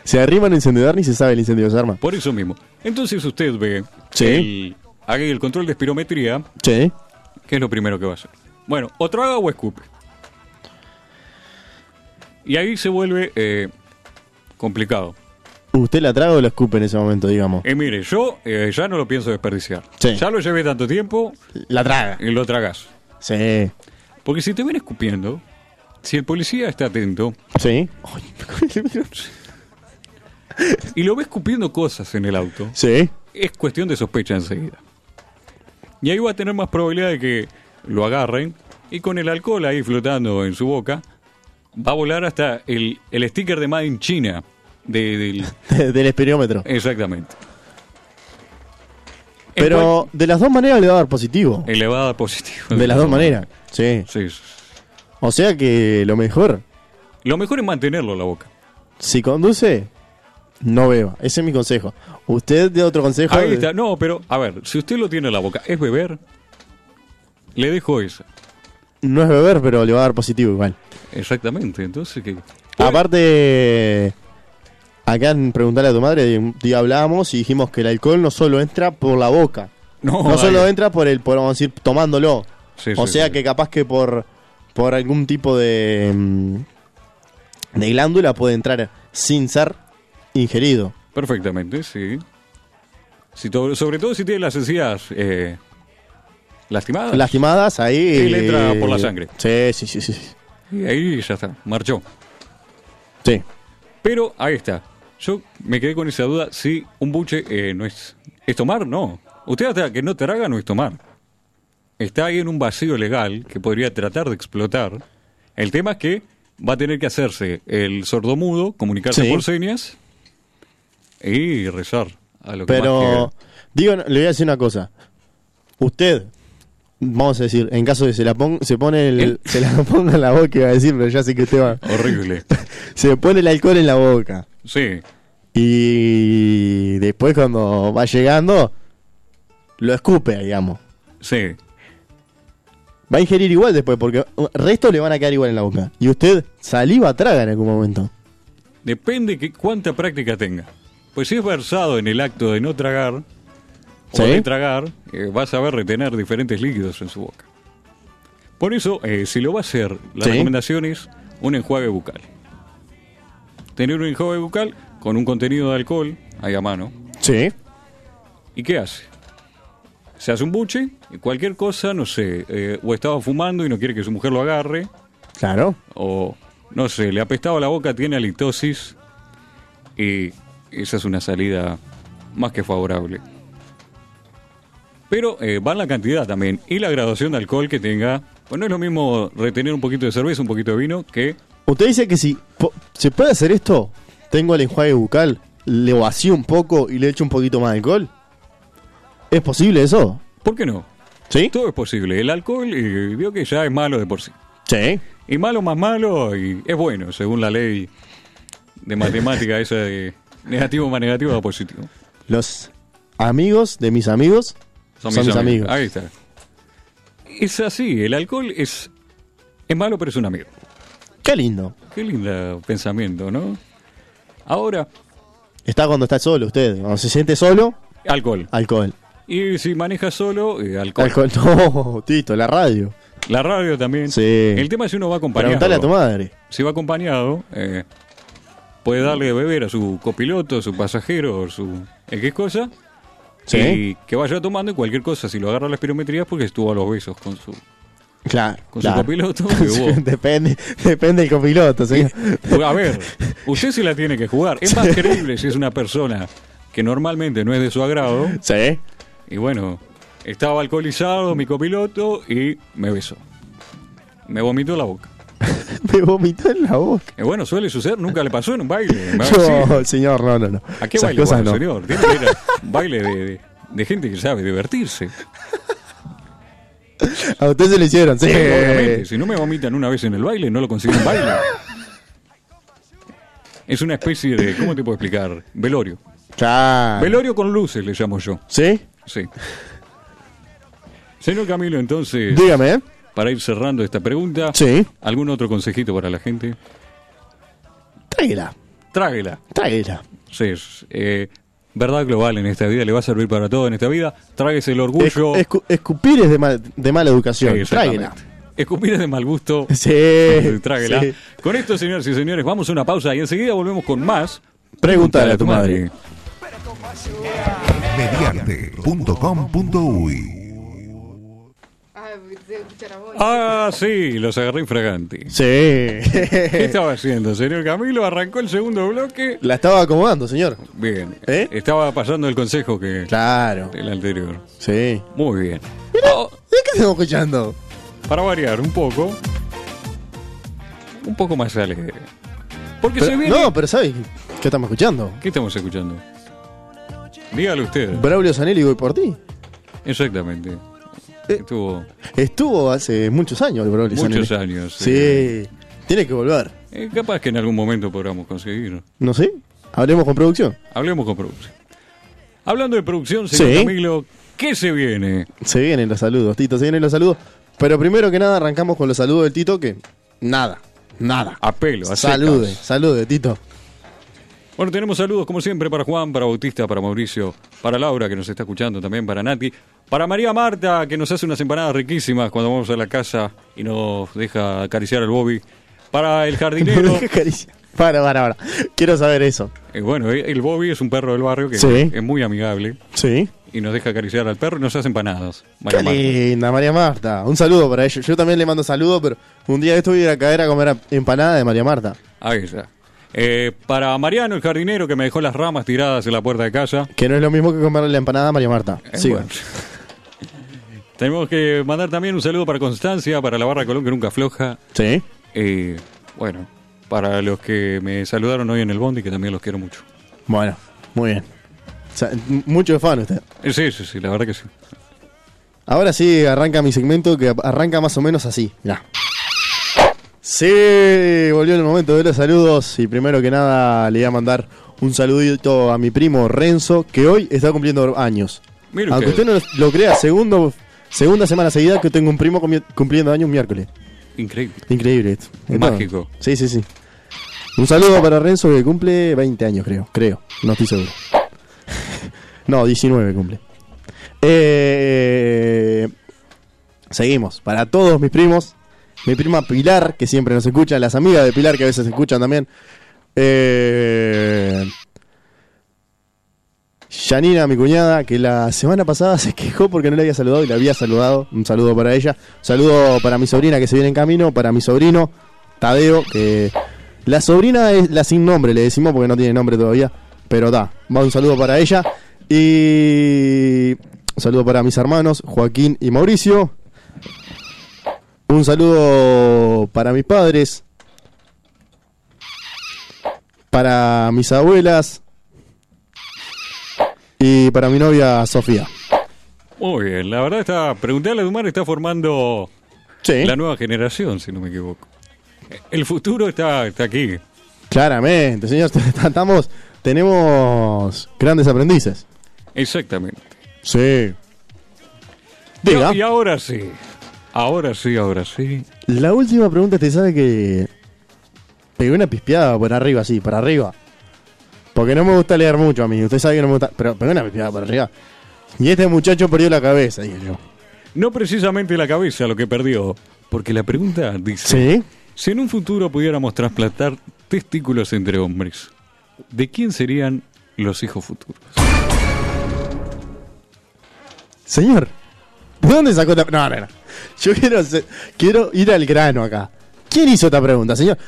[SPEAKER 3] Se arrima un encendedor ni se sabe el incendio se arma.
[SPEAKER 2] Por eso mismo. Entonces usted ve
[SPEAKER 3] Sí.
[SPEAKER 2] el, haga el control de espirometría,
[SPEAKER 3] Sí.
[SPEAKER 2] que es lo primero que va a hacer. Bueno, o traga o escupe. Y ahí se vuelve eh, complicado.
[SPEAKER 3] ¿Usted la traga o la escupe en ese momento, digamos?
[SPEAKER 2] Eh, mire, yo eh, ya no lo pienso desperdiciar.
[SPEAKER 3] Sí.
[SPEAKER 2] Ya lo llevé tanto tiempo
[SPEAKER 3] La traga.
[SPEAKER 2] y lo tragas.
[SPEAKER 3] Sí.
[SPEAKER 2] Porque si te ven escupiendo, si el policía está atento
[SPEAKER 3] Sí.
[SPEAKER 2] y lo ve escupiendo cosas en el auto,
[SPEAKER 3] Sí.
[SPEAKER 2] es cuestión de sospecha enseguida. Y ahí va a tener más probabilidad de que lo agarren y con el alcohol ahí flotando en su boca, va a volar hasta el, el sticker de Made in China. de- del-
[SPEAKER 3] Del esperiómetro.
[SPEAKER 2] exactamente.
[SPEAKER 3] Pero de las dos maneras le va a dar positivo.
[SPEAKER 2] Elevada positivo.
[SPEAKER 3] De las dos maneras. Sí.
[SPEAKER 2] Sí, sí.
[SPEAKER 3] O sea que lo mejor,
[SPEAKER 2] Lo mejor es mantenerlo en la boca.
[SPEAKER 3] si conduce, no beba. Ese es mi consejo. ¿Usted de otro consejo?
[SPEAKER 2] Ahí está. No, pero a ver, si usted lo tiene en la boca, ¿es beber? Le dejo eso.
[SPEAKER 3] No es beber, pero le va a dar positivo igual.
[SPEAKER 2] Exactamente. Entonces, ¿qué?
[SPEAKER 3] Ah, Aparte, acá en Preguntarle a tu madre, un día hablábamos y dijimos que el alcohol no solo entra por la boca.
[SPEAKER 2] No,
[SPEAKER 3] No solo
[SPEAKER 2] vale.
[SPEAKER 3] entra por el, por, vamos a decir, tomándolo.
[SPEAKER 2] Oh, Sí,
[SPEAKER 3] o
[SPEAKER 2] sí,
[SPEAKER 3] sea
[SPEAKER 2] sí.
[SPEAKER 3] que capaz que por, por algún tipo de, mm, de glándula puede entrar sin ser ingerido.
[SPEAKER 2] Perfectamente, sí. Si to- sobre todo si tiene las encías eh, lastimadas.
[SPEAKER 3] Lastimadas ahí.
[SPEAKER 2] Sí, le entra
[SPEAKER 3] eh,
[SPEAKER 2] por la sangre.
[SPEAKER 3] Sí, sí, sí, sí. sí.
[SPEAKER 2] Y ahí ya está, marchó.
[SPEAKER 3] Sí.
[SPEAKER 2] Pero ahí está. Yo me quedé con esa duda si un buche eh, no es... ¿Es tomar? No. Usted hasta que no traga no es tomar. Está ahí en un vacío legal que podría tratar de explotar. El tema es que va a tener que hacerse el sordomudo, comunicarse
[SPEAKER 3] Sí.
[SPEAKER 2] por señas y rezar a lo que
[SPEAKER 3] Pero
[SPEAKER 2] más llega.
[SPEAKER 3] digo, le voy a decir una cosa. Usted, vamos a decir, en caso de se la pon- se pone el,
[SPEAKER 2] ¿Eh?
[SPEAKER 3] se la ponga en la boca, iba a decir, pero ya sé que usted va.
[SPEAKER 2] Horrible.
[SPEAKER 3] Se pone el alcohol en la boca.
[SPEAKER 2] Sí.
[SPEAKER 3] Y después cuando va llegando, lo escupe, digamos.
[SPEAKER 2] Sí.
[SPEAKER 3] Va a ingerir igual después, porque resto le van a quedar igual en la boca. Y usted saliva traga en algún momento.
[SPEAKER 2] Depende que cuánta práctica tenga. Pues si es versado en el acto de no tragar
[SPEAKER 3] ¿Sí?
[SPEAKER 2] o de tragar, eh, va a saber retener diferentes líquidos en su boca. Por eso, eh, si lo va a hacer, la
[SPEAKER 3] Sí.
[SPEAKER 2] recomendación es un enjuague bucal. Tener un enjuague bucal con un contenido de alcohol ahí a mano.
[SPEAKER 3] Sí.
[SPEAKER 2] ¿Y qué hace? Se hace un buche, y cualquier cosa, no sé, eh, o estaba fumando y no quiere que su mujer lo agarre,
[SPEAKER 3] Claro.
[SPEAKER 2] o no sé, le apestaba la boca, tiene halitosis y esa es una salida más que favorable. Pero eh, va la cantidad también y la graduación de alcohol que tenga. Pues no es lo mismo retener un poquito de cerveza, un poquito de vino, que
[SPEAKER 3] Usted dice que si po- se puede hacer esto, tengo el enjuague bucal, le vacío un poco y le echo un poquito más de alcohol. ¿Es posible eso?
[SPEAKER 2] ¿por qué no?
[SPEAKER 3] ¿Sí?
[SPEAKER 2] Todo es posible. El alcohol, eh, vio que ya es malo de por sí.
[SPEAKER 3] Sí.
[SPEAKER 2] Y malo más malo y es bueno, según la ley de matemática esa de negativo más negativo da positivo.
[SPEAKER 3] Los amigos de mis amigos son, mis, amigos.
[SPEAKER 2] Ahí está. Es así, el alcohol es, es malo, pero es un amigo.
[SPEAKER 3] Qué lindo.
[SPEAKER 2] Qué lindo pensamiento, ¿no? Ahora,
[SPEAKER 3] Está cuando está solo usted. Cuando se siente solo,
[SPEAKER 2] alcohol.
[SPEAKER 3] alcohol.
[SPEAKER 2] Y si maneja solo, eh, alcohol.
[SPEAKER 3] Alcohol. No, Tito, la radio.
[SPEAKER 2] La radio también.
[SPEAKER 3] Sí.
[SPEAKER 2] El tema es si uno va acompañado.
[SPEAKER 3] Preguntale a tu madre.
[SPEAKER 2] Si va acompañado, eh, puede darle de beber a su copiloto, su pasajero, su X cosa.
[SPEAKER 3] Sí.
[SPEAKER 2] Y que vaya tomando y cualquier cosa. Si lo agarra a las pirometrías, porque estuvo a los besos con su.
[SPEAKER 3] Claro.
[SPEAKER 2] Con su
[SPEAKER 3] claro.
[SPEAKER 2] copiloto, que hubo.
[SPEAKER 3] depende, depende del copiloto, señor.
[SPEAKER 2] Pues, A ver, usted se la tiene que jugar. Es más creíble si es una persona que normalmente no es de su agrado.
[SPEAKER 3] Sí.
[SPEAKER 2] Y bueno, estaba alcoholizado mi copiloto y me besó. Me vomitó la boca.
[SPEAKER 3] Me vomitó en la boca.
[SPEAKER 2] Y bueno, suele suceder, nunca le pasó en un baile. me va a decir.
[SPEAKER 3] No, señor, no, no, no.
[SPEAKER 2] ¿A qué
[SPEAKER 3] Esas
[SPEAKER 2] baile,
[SPEAKER 3] cosas
[SPEAKER 2] bueno,
[SPEAKER 3] no.
[SPEAKER 2] señor? Tiene que ir a un baile de, de- de gente que sabe divertirse.
[SPEAKER 3] A usted se lo hicieron, sí.
[SPEAKER 2] Obviamente, si no me vomitan una vez en el baile, no lo consigo en baile. Es una especie de, ¿cómo te puedo explicar? Velorio.
[SPEAKER 3] Claro.
[SPEAKER 2] Velorio con luces le llamo yo.
[SPEAKER 3] ¿Sí?
[SPEAKER 2] Sí. Señor Camilo, entonces,
[SPEAKER 3] Dígame, ¿eh?
[SPEAKER 2] para ir cerrando esta pregunta,
[SPEAKER 3] Sí.
[SPEAKER 2] ¿algún otro consejito para la gente?
[SPEAKER 3] Tráguela,
[SPEAKER 2] Tráguela.
[SPEAKER 3] tráguela.
[SPEAKER 2] Sí, es, eh, verdad global en esta vida, le va a servir para todo en esta vida. Tráguese el orgullo.
[SPEAKER 3] Es- escu- escupir es de, mal- de mala educación.
[SPEAKER 2] Sí, exactamente.
[SPEAKER 3] tráguela.
[SPEAKER 2] Escupir es de mal gusto. eh,
[SPEAKER 3] Sí.
[SPEAKER 2] Tráguela.
[SPEAKER 3] sí.
[SPEAKER 2] Con esto, señores y señores, vamos a una pausa y enseguida volvemos con más.
[SPEAKER 3] Preguntale a tu madre.
[SPEAKER 4] mediarte.com.uy
[SPEAKER 5] Ah, escuchar a vos.
[SPEAKER 2] Ah, sí, los agarré infraganti. ¿Qué
[SPEAKER 3] Sí.
[SPEAKER 2] estaba haciendo, señor Camilo? Arrancó el segundo bloque.
[SPEAKER 3] La estaba acomodando, señor.
[SPEAKER 2] Bien.
[SPEAKER 3] ¿Eh?
[SPEAKER 2] Estaba pasando el consejo que
[SPEAKER 3] Claro.
[SPEAKER 2] el anterior.
[SPEAKER 3] Sí.
[SPEAKER 2] Muy bien. Oh,
[SPEAKER 3] ¿De qué estamos escuchando?
[SPEAKER 2] para variar un poco. Un poco más alegre. Porque se
[SPEAKER 3] Pero-
[SPEAKER 2] viene.
[SPEAKER 3] no, pero ¿sabes qué estamos escuchando?
[SPEAKER 2] ¿Qué estamos escuchando? Dígalo usted.
[SPEAKER 3] Braulio Zanelli, voy por ti.
[SPEAKER 2] Exactamente.
[SPEAKER 3] Eh,
[SPEAKER 2] Estuvo
[SPEAKER 3] Estuvo hace muchos años el Braulio Zanelli.
[SPEAKER 2] muchos años. eh.
[SPEAKER 3] Sí. Tiene que volver.
[SPEAKER 2] Eh, capaz que en algún momento podamos conseguirlo.
[SPEAKER 3] No sé. Hablemos con producción.
[SPEAKER 2] Hablemos con producción. Hablando de producción, señor
[SPEAKER 3] Sí.
[SPEAKER 2] Camilo, ¿qué se viene?
[SPEAKER 3] Se vienen los saludos, Tito, se vienen los saludos. Pero primero que nada arrancamos con los saludos del Tito que nada, nada.
[SPEAKER 2] Apelo, a
[SPEAKER 3] Salude,
[SPEAKER 2] secas.
[SPEAKER 3] salude, Tito.
[SPEAKER 2] Bueno, tenemos saludos como siempre para Juan, para Bautista, para Mauricio, para Laura que nos está escuchando también, para Nati, para María Marta que nos hace unas empanadas riquísimas cuando vamos a la casa y nos deja acariciar al Bobby, para el jardinero.
[SPEAKER 3] Qué caricia. Para, para, para. Quiero saber eso.
[SPEAKER 2] Eh, bueno, eh, el Bobby es un perro del barrio que
[SPEAKER 3] Sí.
[SPEAKER 2] es muy amigable
[SPEAKER 3] Sí.
[SPEAKER 2] y nos deja acariciar al perro y nos hace empanadas. María
[SPEAKER 3] Qué
[SPEAKER 2] Marta.
[SPEAKER 3] linda, María Marta. Un saludo para ellos. Yo también le mando saludos, pero un día de esto voy a ir a caer a comer a- empanada de María Marta.
[SPEAKER 2] Ahí está. Eh, para Mariano, el jardinero, que me dejó las ramas tiradas en la puerta de casa.
[SPEAKER 3] Que no es lo mismo que comerle la empanada a María Marta.
[SPEAKER 2] Eh,
[SPEAKER 3] Siga.
[SPEAKER 2] bueno. Tenemos que mandar también un saludo para Constancia, para la barra Colón, que nunca afloja.
[SPEAKER 3] Sí.
[SPEAKER 2] Eh, bueno, para los que me saludaron hoy en el Bondi, que también los quiero mucho.
[SPEAKER 3] Bueno, muy bien. O sea, m- mucho de fan usted.
[SPEAKER 2] Eh, Sí, sí, sí, la verdad que sí.
[SPEAKER 3] Ahora sí arranca mi segmento que arranca más o menos así. Mirá. Sí, volvió el momento de los saludos. Y primero que nada le voy a mandar un saludito a mi primo Renzo, que hoy está cumpliendo años.
[SPEAKER 2] Mire
[SPEAKER 3] Aunque
[SPEAKER 2] usted.
[SPEAKER 3] usted no lo- lo crea, segundo, segunda semana seguida que tengo un primo cumi- cumpliendo años miércoles.
[SPEAKER 2] Increíble.
[SPEAKER 3] Increíble esto. Es
[SPEAKER 2] Mágico.
[SPEAKER 3] todo. Sí, sí, sí. Un saludo para Renzo que cumple 20 años, creo. Creo. No estoy seguro. no, 19 cumple. Eh, seguimos. Para todos mis primos. Mi prima Pilar, que siempre nos escucha. Las amigas de Pilar, que a veces escuchan también. Eh, Janina, mi cuñada, que la semana pasada se quejó porque no la había saludado y la había saludado. Un saludo para ella. Un saludo para mi sobrina que se viene en camino, para mi sobrino, Tadeo, que la sobrina es la sin nombre, le decimos porque no tiene nombre todavía. Pero da, va un saludo para ella. Y un saludo para mis hermanos, Joaquín y Mauricio. Un saludo para mis padres. Para mis abuelas, y para mi novia Sofía.
[SPEAKER 2] Muy bien, la verdad está. Preguntarle a Dumar está formando
[SPEAKER 3] Sí.
[SPEAKER 2] la nueva generación, si no me equivoco. Eh, El futuro está, está aquí.
[SPEAKER 3] Claramente, señor. Estamos, tenemos grandes aprendices.
[SPEAKER 2] Exactamente.
[SPEAKER 3] Sí. Diga,
[SPEAKER 2] Y ahora sí. Ahora sí, ahora sí.
[SPEAKER 3] la última pregunta, te sabe que pegué una pispeada por arriba, sí, para arriba. Porque no me gusta leer mucho a mí. Usted sabe que no me gusta, pero pegué una pispeada por arriba. Y este muchacho perdió la cabeza, dije yo.
[SPEAKER 2] No precisamente la cabeza lo que perdió, porque la pregunta dice:
[SPEAKER 3] Sí.
[SPEAKER 2] Si en un futuro pudiéramos trasplantar testículos entre hombres, ¿de quién serían los hijos futuros?
[SPEAKER 3] Señor, ¿de dónde sacó esta No, no, no. Yo quiero, se- quiero ir al grano acá. ¿Quién hizo esta pregunta, señor?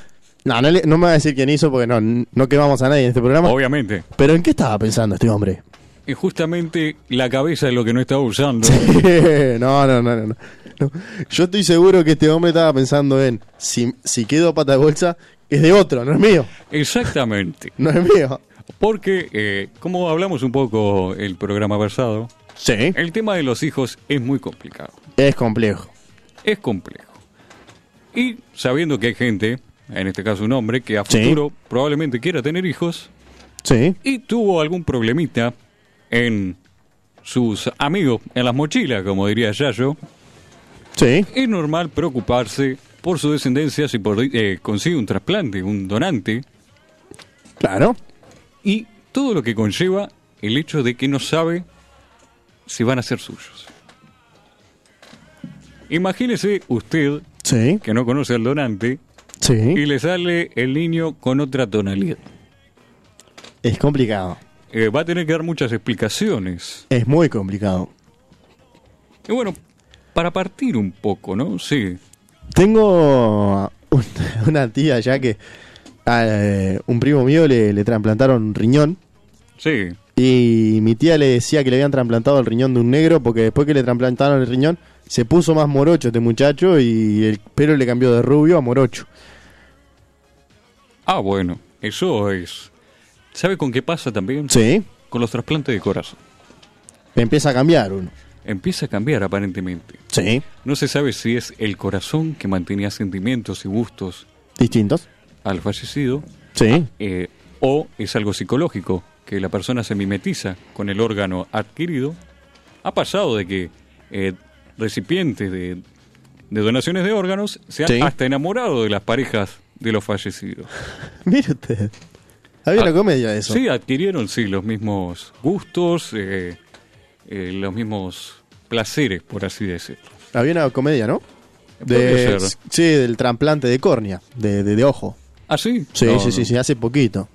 [SPEAKER 3] No, no, le- no me va a decir quién hizo porque no, no quemamos a nadie en este programa.
[SPEAKER 2] Obviamente.
[SPEAKER 3] Pero ¿en qué estaba pensando este hombre?
[SPEAKER 2] Y justamente la cabeza es lo que no estaba usando.
[SPEAKER 3] no, no, no, no, no. No. Yo estoy seguro que este hombre estaba pensando en si, si quedo pata de bolsa, es de otro, no es mío.
[SPEAKER 2] Exactamente.
[SPEAKER 3] No es mío.
[SPEAKER 2] Porque, eh, como hablamos un poco el programa pasado,
[SPEAKER 3] Sí.
[SPEAKER 2] el tema de los hijos es muy complicado.
[SPEAKER 3] Es complejo.
[SPEAKER 2] Es complejo. Y sabiendo que hay gente, en este caso un hombre, que a
[SPEAKER 3] Sí.
[SPEAKER 2] futuro probablemente quiera tener hijos
[SPEAKER 3] Sí.
[SPEAKER 2] y tuvo algún problemita en sus amigos, en las mochilas, como diría Yayo,
[SPEAKER 3] Sí.
[SPEAKER 2] es normal preocuparse por su descendencia si por- eh, consigue un trasplante, un donante.
[SPEAKER 3] Claro.
[SPEAKER 2] y todo lo que conlleva el hecho de que no sabe si van a ser suyos. Imagínese usted
[SPEAKER 3] Sí.
[SPEAKER 2] que no conoce al donante y
[SPEAKER 3] Sí.
[SPEAKER 2] le sale el niño con otra tonalidad.
[SPEAKER 3] Es complicado.
[SPEAKER 2] Eh, va a tener que dar muchas explicaciones.
[SPEAKER 3] Es muy complicado.
[SPEAKER 2] Y bueno, para partir un poco, ¿no? Sí.
[SPEAKER 3] Tengo un- una tía ya que a eh, un primo mío le, le trasplantaron un riñón
[SPEAKER 2] Sí.
[SPEAKER 3] y mi tía le decía que le habían trasplantado el riñón de un negro porque después que le trasplantaron el riñón se puso más morocho este muchacho y el pelo le cambió de rubio a morocho.
[SPEAKER 2] Ah, bueno, eso es. ¿Sabe con qué pasa también?
[SPEAKER 3] Sí,
[SPEAKER 2] Con los trasplantes de corazón.
[SPEAKER 3] empieza a cambiar uno.
[SPEAKER 2] Empieza a cambiar aparentemente.
[SPEAKER 3] Sí,
[SPEAKER 2] No se sabe si es el corazón que mantenía sentimientos y gustos
[SPEAKER 3] distintos.
[SPEAKER 2] al fallecido
[SPEAKER 3] Sí,
[SPEAKER 2] eh, o es algo psicológico, que la persona se mimetiza con el órgano adquirido. Ha pasado de que eh, recipientes de, de donaciones de órganos se han
[SPEAKER 3] Sí.
[SPEAKER 2] hasta enamorado de las parejas de los fallecidos.
[SPEAKER 3] Ah, mire usted. Había
[SPEAKER 2] Ah,
[SPEAKER 3] una comedia de eso.
[SPEAKER 2] Sí, adquirieron sí los mismos gustos, eh, eh, los mismos placeres, por así decirlo.
[SPEAKER 3] Había una comedia, ¿no?
[SPEAKER 2] Podría
[SPEAKER 3] De,
[SPEAKER 2] ser.
[SPEAKER 3] sí, del trasplante de córnea, de, de- de ojo.
[SPEAKER 2] ¿Ah, sí?
[SPEAKER 3] Sí,
[SPEAKER 2] No,
[SPEAKER 3] sí, sí,
[SPEAKER 2] no.
[SPEAKER 3] sí, hace poquito.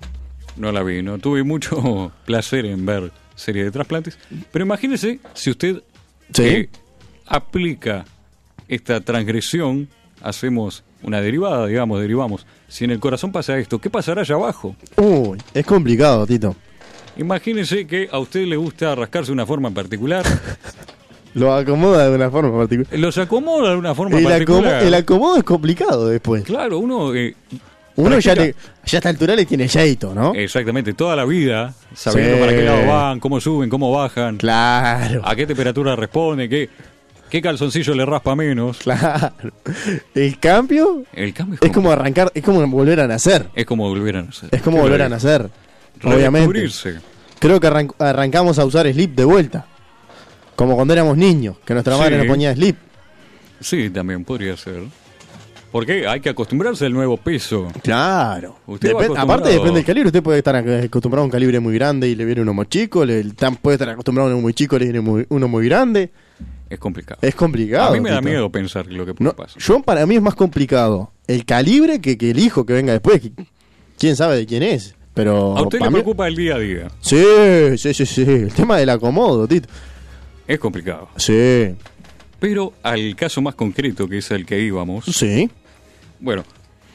[SPEAKER 2] No la vi, no tuve mucho placer en ver serie de trasplantes. Pero imagínese si usted eh,
[SPEAKER 3] Sí.
[SPEAKER 2] aplica esta transgresión, hacemos una derivada, digamos, derivamos. Si en el corazón pasa esto, ¿qué pasará allá abajo?
[SPEAKER 3] Uy, es complicado, Tito.
[SPEAKER 2] Imagínese que a usted le gusta rascarse de una forma en particular,
[SPEAKER 3] Lo acomoda de una forma particular.
[SPEAKER 2] los acomoda de una forma
[SPEAKER 3] El, acomo-
[SPEAKER 2] particular.
[SPEAKER 3] el acomodo es complicado después.
[SPEAKER 2] Claro, uno eh,
[SPEAKER 3] Uno ya, te,
[SPEAKER 2] Practica.
[SPEAKER 3] ya a esta altura le tiene jeito, ¿no?
[SPEAKER 2] Exactamente, toda la vida, sabiendo
[SPEAKER 3] Sí.
[SPEAKER 2] para qué lado van, cómo suben, cómo bajan,
[SPEAKER 3] Claro.
[SPEAKER 2] a qué temperatura responden, qué, qué calzoncillo le raspa menos.
[SPEAKER 3] Claro. El cambio
[SPEAKER 2] El cambio
[SPEAKER 3] es como arrancar, es como volver a nacer.
[SPEAKER 2] es como volver a nacer.
[SPEAKER 3] Es como volver a nacer. Obviamente.
[SPEAKER 2] Redescubrirse.
[SPEAKER 3] Creo que arran- arrancamos a usar slip de vuelta. Como cuando éramos niños, que nuestra
[SPEAKER 2] Sí.
[SPEAKER 3] madre nos ponía slip.
[SPEAKER 2] Sí, también podría ser. Porque hay que acostumbrarse al nuevo peso.
[SPEAKER 3] Claro.
[SPEAKER 2] Usted va acostumbrado.
[SPEAKER 3] aparte depende del calibre. Usted puede estar acostumbrado a un calibre muy grande y le viene uno muy chico. Le, tan- puede estar acostumbrado a uno muy chico y le viene muy- uno muy grande.
[SPEAKER 2] Es complicado.
[SPEAKER 3] Es complicado.
[SPEAKER 2] a mí me da
[SPEAKER 3] Tito.
[SPEAKER 2] miedo pensar lo que
[SPEAKER 3] No,
[SPEAKER 2] pasa.
[SPEAKER 3] yo para mí es más complicado el calibre que, que el hijo que venga después. que- quién sabe de quién es. Pero
[SPEAKER 2] a usted
[SPEAKER 3] pa'
[SPEAKER 2] le
[SPEAKER 3] mí-
[SPEAKER 2] preocupa el día a día.
[SPEAKER 3] Sí, sí, sí, sí. El tema del acomodo, Tito.
[SPEAKER 2] Es complicado.
[SPEAKER 3] Sí.
[SPEAKER 2] Pero al caso más concreto, que es el que íbamos,
[SPEAKER 3] Sí.
[SPEAKER 2] Bueno,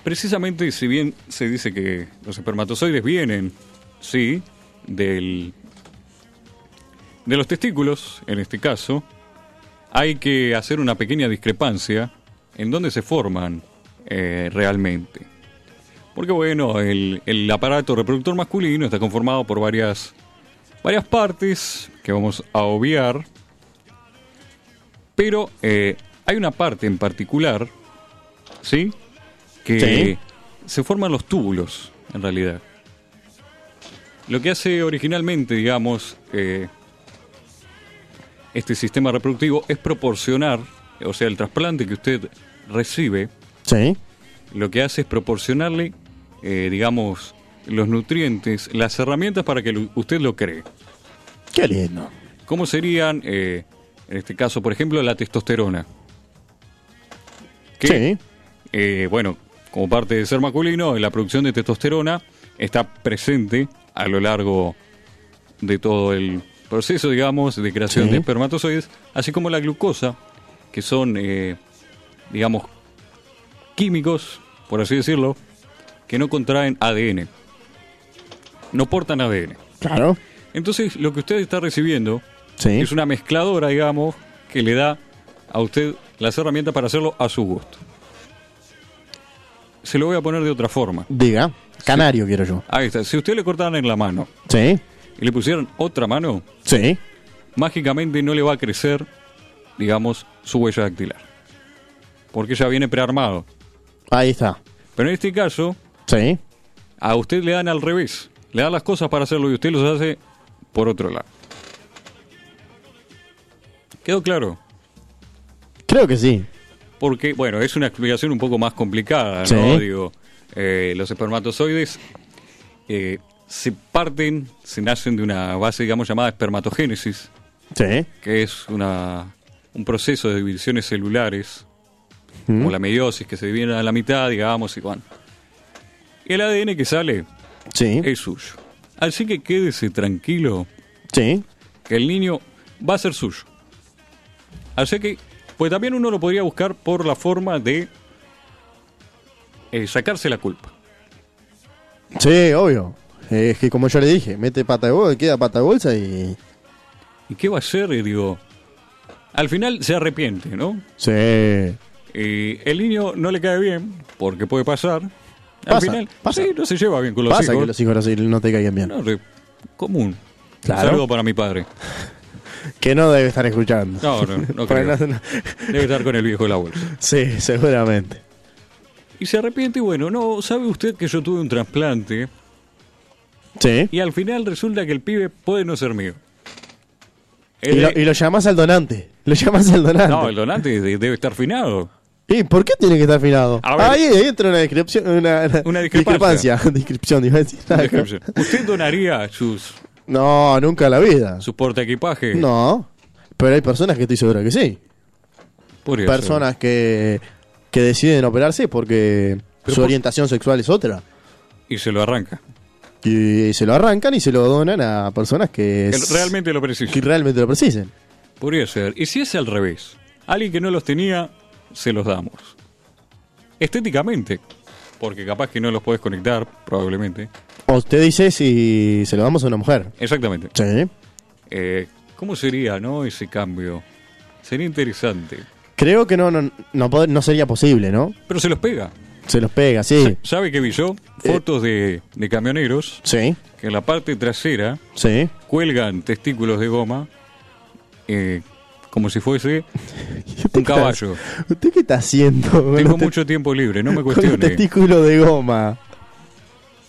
[SPEAKER 2] precisamente si bien se dice que los espermatozoides vienen, sí, del de los testículos, en este caso, hay que hacer una pequeña discrepancia en dónde se forman eh, realmente. Porque bueno, el, el aparato reproductor masculino está conformado por varias, varias partes que vamos a obviar. Pero eh, hay una parte en particular, ¿sí? Que
[SPEAKER 3] Sí.
[SPEAKER 2] se forman los túbulos, en realidad. Lo que hace originalmente, digamos, eh, este sistema reproductivo es proporcionar, o sea, el trasplante que usted recibe,
[SPEAKER 3] Sí.
[SPEAKER 2] lo que hace es proporcionarle, eh, digamos, los nutrientes, las herramientas para que lo- usted lo cree.
[SPEAKER 3] Qué lindo.
[SPEAKER 2] ¿Cómo serían, eh, en este caso, por ejemplo, la testosterona? Que,
[SPEAKER 3] Sí.
[SPEAKER 2] eh, bueno, como parte de ser masculino, la producción de testosterona está presente a lo largo de todo el proceso, digamos, de creación
[SPEAKER 3] Sí.
[SPEAKER 2] de espermatozoides, así como la glucosa, que son, eh, digamos, químicos, por así decirlo, que no contraen ADN, no portan ADN.
[SPEAKER 3] Claro.
[SPEAKER 2] Entonces, lo que usted está recibiendo
[SPEAKER 3] Sí.
[SPEAKER 2] es una mezcladora, digamos, que le da a usted las herramientas para hacerlo a su gusto. Se lo voy a poner de otra forma.
[SPEAKER 3] Diga. Canario quiero yo.
[SPEAKER 2] Ahí está. Si usted le cortaran en la mano
[SPEAKER 3] Sí.
[SPEAKER 2] y le pusieran otra mano,
[SPEAKER 3] Sí.
[SPEAKER 2] mágicamente no le va a crecer, digamos, su huella dactilar. Porque ya viene prearmado.
[SPEAKER 3] Ahí está.
[SPEAKER 2] Pero en este caso,
[SPEAKER 3] Sí.
[SPEAKER 2] a usted le dan al revés. Le dan las cosas para hacerlo y usted los hace por otro lado. ¿Quedó claro?
[SPEAKER 3] Creo que sí.
[SPEAKER 2] Porque, bueno, es una explicación un poco más complicada, ¿no?
[SPEAKER 3] Sí.
[SPEAKER 2] Digo, eh, los espermatozoides eh, se parten, se nacen de una base, digamos, llamada espermatogénesis,
[SPEAKER 3] Sí.
[SPEAKER 2] que es una, un proceso de divisiones celulares,
[SPEAKER 3] Mm.
[SPEAKER 2] o la meiosis, que se dividen a la mitad, digamos, y bueno. Y el ADN que sale
[SPEAKER 3] Sí.
[SPEAKER 2] es suyo. Así que quédese tranquilo
[SPEAKER 3] Sí.
[SPEAKER 2] que el niño va a ser suyo. Así que, pues también uno lo podría buscar por la forma de eh, sacarse la culpa.
[SPEAKER 3] Sí, obvio. Es que como yo le dije, mete pata de bolsa, queda pata de bolsa y...
[SPEAKER 2] ¿Y qué va a hacer? Y digo, al final se arrepiente, ¿no?
[SPEAKER 3] Sí.
[SPEAKER 2] Y el niño no le cae bien, porque puede pasar. Al
[SPEAKER 3] Pasa,
[SPEAKER 2] final,
[SPEAKER 3] pasa.
[SPEAKER 2] sí, no se lleva bien con los
[SPEAKER 3] Pasa
[SPEAKER 2] hijos.
[SPEAKER 3] que los hijos no se- no te caigan bien.
[SPEAKER 2] No, re- común.
[SPEAKER 3] Claro.
[SPEAKER 2] Saludo para mi padre.
[SPEAKER 3] Que no debe estar escuchando.
[SPEAKER 2] No, no, no
[SPEAKER 3] Para
[SPEAKER 2] creo.
[SPEAKER 3] nada, no.
[SPEAKER 2] Debe estar con el viejo de la bolsa.
[SPEAKER 3] Sí, seguramente.
[SPEAKER 2] Y se arrepiente, y bueno, no, ¿sabe usted que yo tuve un trasplante?
[SPEAKER 3] Sí.
[SPEAKER 2] Y al final resulta que el pibe puede no ser mío.
[SPEAKER 3] Y lo, y lo llamás al donante. Lo llamás al donante.
[SPEAKER 2] Eh, No, el donante de- debe estar finado.
[SPEAKER 3] ¿Y por qué tiene que estar afinado?
[SPEAKER 2] A ver.
[SPEAKER 3] Ahí entra una descripción. Una,
[SPEAKER 2] Una discrepancia.
[SPEAKER 3] Descripción, iba a decir.
[SPEAKER 2] Descripción. ¿Usted donaría sus,
[SPEAKER 3] No, nunca en la vida.
[SPEAKER 2] su porta equipaje?
[SPEAKER 3] No. Pero hay personas que estoy seguro que sí. Personas que, que deciden operarse porque
[SPEAKER 2] Pero
[SPEAKER 3] su
[SPEAKER 2] por-
[SPEAKER 3] orientación sexual es otra.
[SPEAKER 2] Y se lo arranca.
[SPEAKER 3] Y se lo arrancan y se lo donan a personas que,
[SPEAKER 2] Él
[SPEAKER 3] es-
[SPEAKER 2] Realmente lo
[SPEAKER 3] que
[SPEAKER 2] precisa.
[SPEAKER 3] realmente lo precisen.
[SPEAKER 2] Podría ser. Y si es al revés, alguien que no los tenía, se los damos. Estéticamente. Porque capaz que no los puedes conectar, probablemente.
[SPEAKER 3] O usted dice si se lo damos a una mujer.
[SPEAKER 2] Exactamente.
[SPEAKER 3] Sí.
[SPEAKER 2] Eh, ¿Cómo sería, no? Ese cambio. Sería interesante.
[SPEAKER 3] Creo que no, no, no pod- no sería posible, ¿no?
[SPEAKER 2] Pero se los pega.
[SPEAKER 3] Se los pega, sí. Eh.
[SPEAKER 2] ¿Sabe qué vi yo? Fotos de, de camioneros
[SPEAKER 3] Sí,
[SPEAKER 2] que en la parte trasera
[SPEAKER 3] sí.
[SPEAKER 2] cuelgan testículos de goma eh, como si fuese un caballo.
[SPEAKER 3] ¿Usted qué está haciendo? con
[SPEAKER 2] Tengo
[SPEAKER 3] los te-
[SPEAKER 2] mucho tiempo libre, no me
[SPEAKER 3] con los
[SPEAKER 2] cuestione.
[SPEAKER 3] testículos de goma.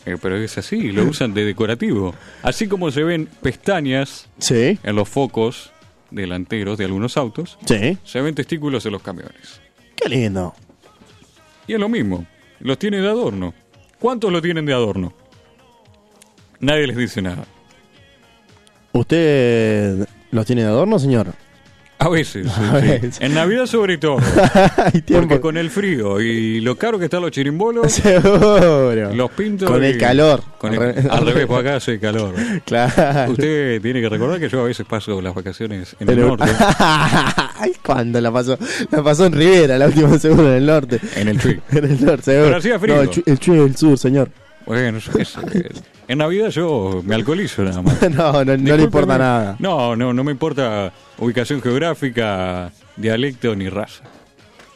[SPEAKER 2] Eh, pero es así, lo usan de decorativo. Así como se ven pestañas
[SPEAKER 3] Sí,
[SPEAKER 2] en los focos delanteros de algunos autos,
[SPEAKER 3] sí.
[SPEAKER 2] se ven testículos en los camiones.
[SPEAKER 3] Qué lindo.
[SPEAKER 2] Y es lo mismo, los tienen de adorno. ¿Cuántos lo tienen de adorno? Nadie les dice nada.
[SPEAKER 3] ¿Usted los tiene de adorno, señor?
[SPEAKER 2] A veces, sí,
[SPEAKER 3] A
[SPEAKER 2] sí.
[SPEAKER 3] veces.
[SPEAKER 2] en Navidad sobre todo,
[SPEAKER 3] Hay
[SPEAKER 2] porque
[SPEAKER 3] tiempo.
[SPEAKER 2] con el frío y lo caro que están los chirimbolos,
[SPEAKER 3] Seguro.
[SPEAKER 2] los pinto
[SPEAKER 3] Con
[SPEAKER 2] y-
[SPEAKER 3] el calor.
[SPEAKER 2] con el- al revés, por acá hace calor.
[SPEAKER 3] Claro.
[SPEAKER 2] Usted tiene que recordar que yo a veces paso las vacaciones en el
[SPEAKER 3] Pero-
[SPEAKER 2] norte,
[SPEAKER 3] Ay, ¿cuándo la pasó? La pasó en Rivera, la última seguro en el norte.
[SPEAKER 2] en el frío.
[SPEAKER 3] En el norte, seguro.
[SPEAKER 2] Pero hacía frío.
[SPEAKER 3] No, el chu- el chu es el sur, señor.
[SPEAKER 2] Bueno, yo qué sé. En Navidad yo me alcoholizo nada más.
[SPEAKER 3] No, no, no le importa
[SPEAKER 2] Discúlpeme.
[SPEAKER 3] nada.
[SPEAKER 2] No, no, no me importa ubicación geográfica, dialecto ni raza.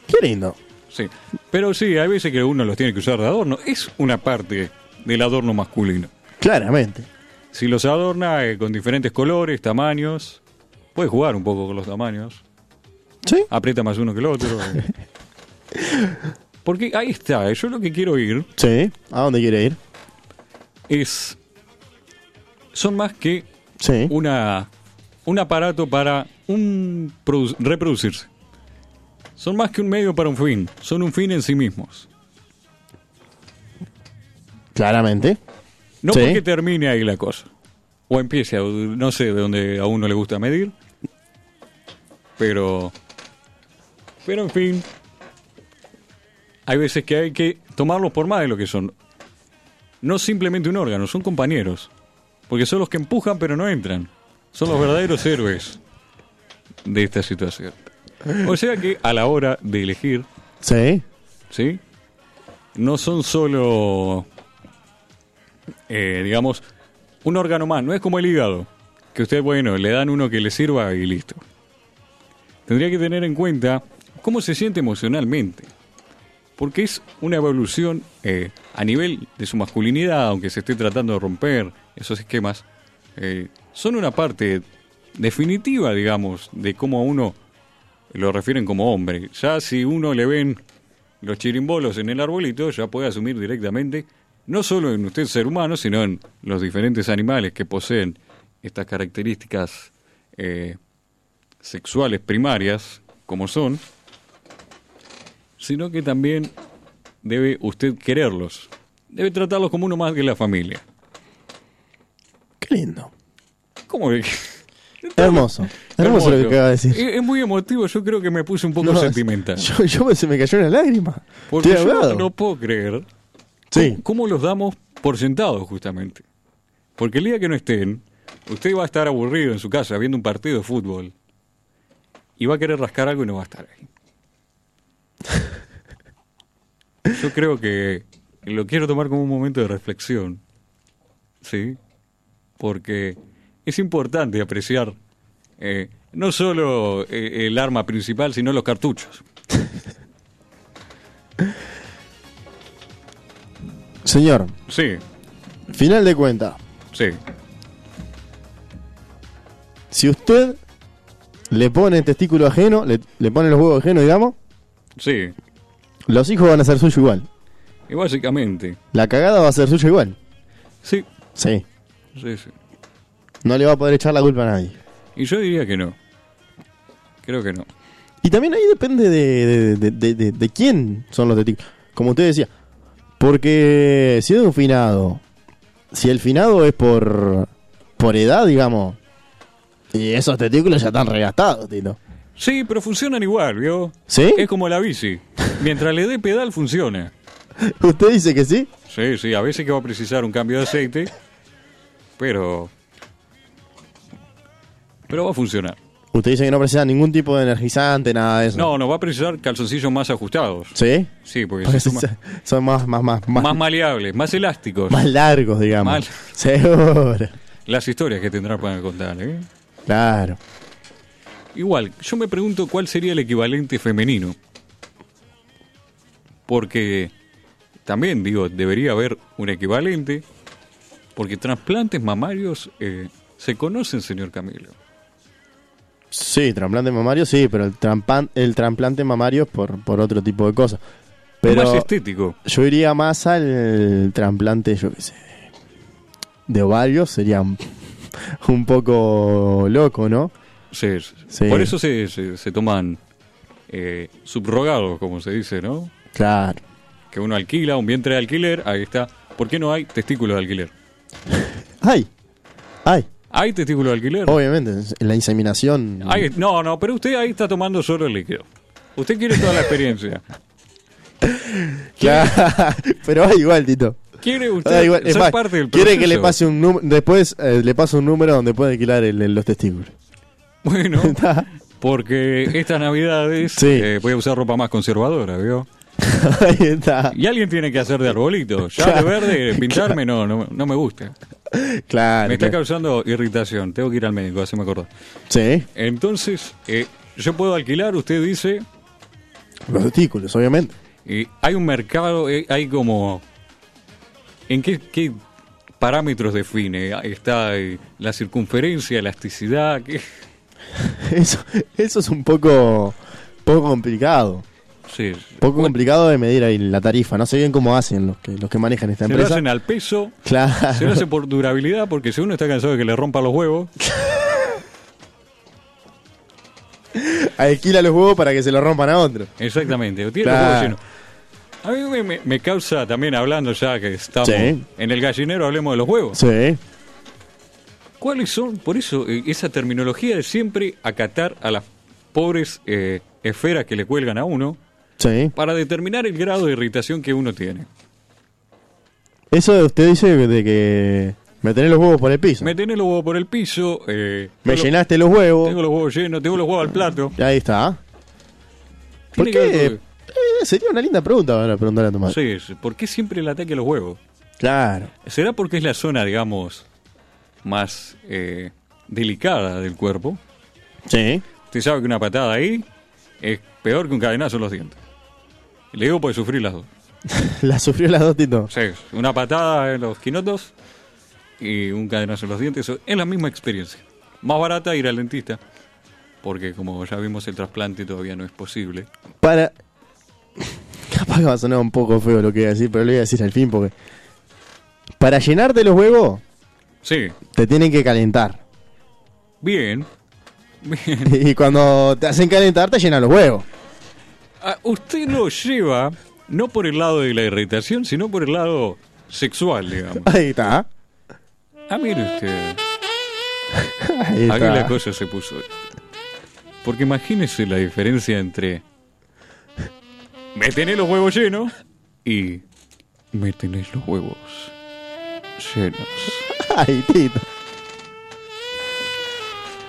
[SPEAKER 3] Qué lindo.
[SPEAKER 2] Sí. Pero sí, hay veces que uno los tiene que usar de adorno. Es una parte del adorno masculino.
[SPEAKER 3] Claramente.
[SPEAKER 2] Si los adorna eh, con diferentes colores, tamaños, puede jugar un poco con los tamaños.
[SPEAKER 3] ¿Sí?
[SPEAKER 2] Aprieta más uno que el otro. Porque ahí está, eh, yo lo que quiero ir
[SPEAKER 3] Sí. ¿A dónde quiere ir?
[SPEAKER 2] es. Son más que
[SPEAKER 3] Sí.
[SPEAKER 2] una, un aparato para un produ- reproducirse. Son más que un medio para un fin, son un fin en sí mismos.
[SPEAKER 3] Claramente.
[SPEAKER 2] No
[SPEAKER 3] Sí.
[SPEAKER 2] porque termine ahí la cosa. O empiece, a- no sé de dónde a uno le gusta medir. Pero. Pero en fin. Hay veces que hay que tomarlos por más de lo que son. No simplemente un órgano, son compañeros. Porque son los que empujan pero no entran. Son los verdaderos héroes de esta situación. O sea que a la hora de elegir,
[SPEAKER 3] Sí.
[SPEAKER 2] ¿sí? No son solo, eh, digamos, un órgano más, no es como el hígado, que usted, bueno, le dan uno que le sirva y listo. Tendría que tener en cuenta cómo se siente emocionalmente, porque es una evolución eh, a nivel de su masculinidad, aunque se esté tratando de romper esos esquemas, eh, son una parte definitiva, digamos, de cómo a uno lo refieren como hombre. Ya si uno le ven los chirimbolos en el arbolito, ya puede asumir directamente, no solo en usted ser humano, sino en los diferentes animales que poseen estas características eh, sexuales primarias, como son, sino que también debe usted quererlos. Debe tratarlos como uno más de la familia.
[SPEAKER 3] Qué lindo.
[SPEAKER 2] ¿Cómo le-
[SPEAKER 3] Hermoso. Hermoso lo que acaba de decir.
[SPEAKER 2] Es, es muy emotivo, yo creo que me puse un poco
[SPEAKER 3] No,
[SPEAKER 2] sentimental.
[SPEAKER 3] Yo, yo me- se me cayó una lágrima.
[SPEAKER 2] Porque
[SPEAKER 3] Estoy
[SPEAKER 2] yo
[SPEAKER 3] ahogado.
[SPEAKER 2] no, no puedo creer
[SPEAKER 3] Sí.
[SPEAKER 2] cómo los damos por sentados, justamente. Porque el día que no estén, usted va a estar aburrido en su casa viendo un partido de fútbol y va a querer rascar algo y no va a estar ahí. Yo creo que lo quiero tomar como un momento de reflexión, ¿sí? Porque es importante apreciar eh, no solo eh, el arma principal, sino los cartuchos.
[SPEAKER 3] Señor,
[SPEAKER 2] Sí,
[SPEAKER 3] final de cuenta.
[SPEAKER 2] sí.
[SPEAKER 3] Si usted le pone testículo ajeno, le, le pone los huevos ajenos, digamos,
[SPEAKER 2] Sí,
[SPEAKER 3] los hijos van a ser suyo igual.
[SPEAKER 2] y básicamente.
[SPEAKER 3] La cagada va a ser suya igual.
[SPEAKER 2] Sí,
[SPEAKER 3] Sí.
[SPEAKER 2] sí, sí.
[SPEAKER 3] No le va a poder echar la culpa a nadie.
[SPEAKER 2] Y yo diría que no. Creo que no.
[SPEAKER 3] Y también ahí depende de, de- de- de- de- de quién son los testículos. Como usted decía. Porque si es un finado, si el finado es por, por edad, digamos, y esos testículos ya están regastados, Tito.
[SPEAKER 2] Sí, pero funcionan igual, ¿vio?
[SPEAKER 3] ¿Sí?
[SPEAKER 2] Es como la bici. Mientras le dé pedal, funciona.
[SPEAKER 3] ¿Usted dice que sí?
[SPEAKER 2] Sí, sí, a veces que va a precisar un cambio de aceite, pero... Pero va a funcionar.
[SPEAKER 3] Usted dice que no precisa ningún tipo de energizante, nada de eso.
[SPEAKER 2] No, no, va a precisar calzoncillos más ajustados.
[SPEAKER 3] ¿Sí?
[SPEAKER 2] Sí, porque
[SPEAKER 3] Porque
[SPEAKER 2] son más,
[SPEAKER 3] son- son más, más, más, más,
[SPEAKER 2] más maleables, más elásticos.
[SPEAKER 3] más largos, digamos.
[SPEAKER 2] Mal.
[SPEAKER 3] Seguro.
[SPEAKER 2] Las historias que tendrá para contar, ¿eh?
[SPEAKER 3] Claro.
[SPEAKER 2] Igual, yo me pregunto cuál sería el equivalente femenino. Porque también digo, debería haber un equivalente, porque trasplantes mamarios eh, se conocen, señor Camilo.
[SPEAKER 3] Sí, trasplante mamario, sí, pero el, trampan- el trasplante mamario es por, por otro tipo de cosas.
[SPEAKER 2] Más
[SPEAKER 3] Pero
[SPEAKER 2] estético.
[SPEAKER 3] yo iría más al trasplante, yo qué sé, de ovarios, sería un, un poco loco, ¿no?
[SPEAKER 2] Sí, sí.
[SPEAKER 3] Sí.
[SPEAKER 2] Por eso se, se- se toman eh, subrogados, como se dice, ¿no?
[SPEAKER 3] Claro.
[SPEAKER 2] Que uno alquila, un vientre de alquiler, ahí está. ¿Por qué no hay testículos de alquiler?
[SPEAKER 3] ¡Ay! ¡Ay!
[SPEAKER 2] ¿Hay testículos de alquiler?
[SPEAKER 3] Obviamente, la inseminación.
[SPEAKER 2] Ahí- no, no, pero usted ahí está tomando solo el líquido. Usted quiere toda la experiencia.
[SPEAKER 3] Claro, pero va igual, Tito.
[SPEAKER 2] Quiere
[SPEAKER 3] Va
[SPEAKER 2] usted
[SPEAKER 3] Ah, igual. Es
[SPEAKER 2] ser
[SPEAKER 3] más,
[SPEAKER 2] parte del
[SPEAKER 3] quiere que
[SPEAKER 2] proceso.
[SPEAKER 3] le pase un número. Después eh, le paso un número donde puede alquilar el- el- los testículos.
[SPEAKER 2] Bueno, porque estas navidades
[SPEAKER 3] Sí.
[SPEAKER 2] eh, voy a usar ropa más conservadora, ¿vio?
[SPEAKER 3] Ahí está.
[SPEAKER 2] Y alguien tiene que hacer de arbolito. Ya de
[SPEAKER 3] Claro.
[SPEAKER 2] verde, pintarme no, no, no me gusta.
[SPEAKER 3] Claro.
[SPEAKER 2] Me está
[SPEAKER 3] claro.
[SPEAKER 2] causando irritación. Tengo que ir al médico, así me acuerdo.
[SPEAKER 3] Sí,
[SPEAKER 2] Entonces, eh, yo puedo alquilar, usted dice,
[SPEAKER 3] los testículos, obviamente.
[SPEAKER 2] y hay un mercado, eh, hay como... ¿En qué, qué parámetros define? Ahí Está eh, la circunferencia, elasticidad, ¿qué?
[SPEAKER 3] Eso, eso es un poco, poco complicado.
[SPEAKER 2] Sí.
[SPEAKER 3] Poco complicado de medir ahí la tarifa. No sé bien cómo hacen los que, los que manejan esta
[SPEAKER 2] Se lo
[SPEAKER 3] empresa.
[SPEAKER 2] hacen al peso,
[SPEAKER 3] Claro.
[SPEAKER 2] se lo hacen por durabilidad, porque si uno está cansado de que le rompa los huevos,
[SPEAKER 3] Alquila los huevos para que se los rompan a otro.
[SPEAKER 2] Exactamente, tiene los
[SPEAKER 3] Claro.
[SPEAKER 2] huevos llenos. A mí me, me- me causa también hablando ya que estamos
[SPEAKER 3] Sí.
[SPEAKER 2] en el gallinero, hablemos de los huevos.
[SPEAKER 3] Sí.
[SPEAKER 2] ¿Cuáles son, por eso, eh, esa terminología de siempre acatar a las pobres eh, esferas que le cuelgan a uno
[SPEAKER 3] Sí.
[SPEAKER 2] para determinar el grado de irritación que uno tiene?
[SPEAKER 3] Eso de usted dice de que me tenés los huevos por el piso.
[SPEAKER 2] Me
[SPEAKER 3] Me,
[SPEAKER 2] tenés los huevos por el piso, eh, tengo,
[SPEAKER 3] llenaste los huevos.
[SPEAKER 2] tengo los huevos llenos, tengo los huevos al plato.
[SPEAKER 3] Ahí está. ¿Por
[SPEAKER 2] Tiene que
[SPEAKER 3] qué?
[SPEAKER 2] ver con-
[SPEAKER 3] Eh, sería una linda pregunta para preguntarle a tu madre.
[SPEAKER 2] Sí, sí, ¿por qué siempre el ataque a los huevos?
[SPEAKER 3] Claro.
[SPEAKER 2] ¿Será porque es la zona, digamos, más eh, delicada del cuerpo?
[SPEAKER 3] Sí.
[SPEAKER 2] Usted sabe que una patada ahí es peor que un cadenazo en los dientes. Le digo, puede sufrir las dos.
[SPEAKER 3] La sufrió las dos, Tito.
[SPEAKER 2] O sea, es una patada en los quinotos y un cadenazo en los dientes. Eso Es la misma experiencia. Más barata ir al dentista. Porque como ya vimos, el trasplante todavía no es posible.
[SPEAKER 3] Para. Capaz que va a sonar un poco feo lo que voy a decir, pero lo voy a decir al fin porque. Para llenarte los huevos,
[SPEAKER 2] Sí,
[SPEAKER 3] te tienen que calentar.
[SPEAKER 2] bien. Bien.
[SPEAKER 3] Y cuando te hacen calentar, te llenan los huevos.
[SPEAKER 2] Ah, usted lo lleva no por el lado de la irritación, sino por el lado sexual, digamos.
[SPEAKER 3] Ahí está.
[SPEAKER 2] Ah, mire usted.
[SPEAKER 3] Ahí
[SPEAKER 2] Ahí
[SPEAKER 3] está.
[SPEAKER 2] la cosa se puso. Porque imagínese la diferencia entre. Me tenés los huevos llenos y. Me tenés los huevos llenos.
[SPEAKER 3] Ay, Tito.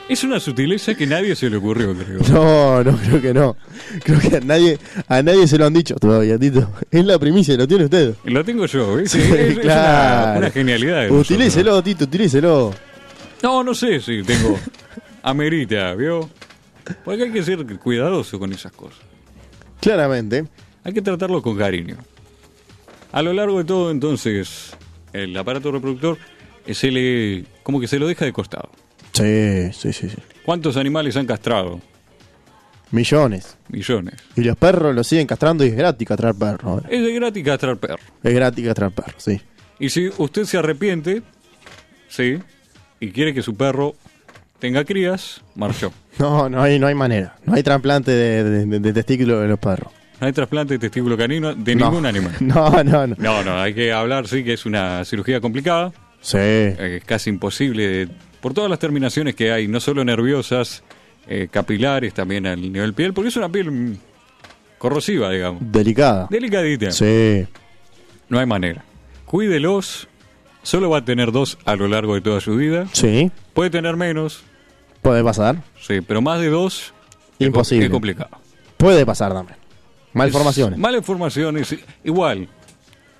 [SPEAKER 2] Es una sutileza que nadie se le ocurrió, creo.
[SPEAKER 3] No, no, creo que no. Creo que a nadie, a nadie se lo han dicho todavía, Tito. Es la primicia, lo tiene usted.
[SPEAKER 2] Lo tengo yo, ¿ves?
[SPEAKER 3] Sí,
[SPEAKER 2] Es- es una- una,
[SPEAKER 3] claro.
[SPEAKER 2] genialidad. de nosotros.
[SPEAKER 3] Utilícelo, Tito, utilícelo.
[SPEAKER 2] No, no sé si tengo. Amerita, ¿vio? Porque hay que ser cuidadoso con esas cosas.
[SPEAKER 3] Claramente.
[SPEAKER 2] Hay que tratarlo con cariño. A lo largo de todo, entonces, el aparato reproductor eh, se le, como que se lo deja de costado.
[SPEAKER 3] Sí, sí, sí, sí.
[SPEAKER 2] ¿Cuántos animales han castrado?
[SPEAKER 3] Millones.
[SPEAKER 2] Millones.
[SPEAKER 3] Y los perros los siguen castrando y es gratis castrar perros. ahora.
[SPEAKER 2] Es de gratis castrar perro.
[SPEAKER 3] Es gratis castrar perros, sí.
[SPEAKER 2] Y si usted se arrepiente, sí, y quiere que su perro tenga crías, marchó.
[SPEAKER 3] No, no hay, no hay manera. No hay trasplante de, de, de- de testículo de los perros.
[SPEAKER 2] No hay trasplante de testículo canino de
[SPEAKER 3] No.
[SPEAKER 2] ningún animal.
[SPEAKER 3] No, no, no.
[SPEAKER 2] No, no, hay que hablar, sí, que es una cirugía complicada.
[SPEAKER 3] Sí.
[SPEAKER 2] eh, es casi imposible de- por todas las terminaciones que hay, no solo nerviosas, eh, capilares también al nivel piel, porque es una piel mm, corrosiva, digamos,
[SPEAKER 3] Delicada.
[SPEAKER 2] delicadita.
[SPEAKER 3] Sí.
[SPEAKER 2] No hay manera. Cuídelos, solo va a tener dos a lo largo de toda su vida.
[SPEAKER 3] Sí.
[SPEAKER 2] Puede tener menos,
[SPEAKER 3] Puede pasar.
[SPEAKER 2] sí, pero más de dos es co-
[SPEAKER 3] Imposible.
[SPEAKER 2] es complicado.
[SPEAKER 3] Puede pasar también. Malformaciones.
[SPEAKER 2] Malas informaciones. Igual,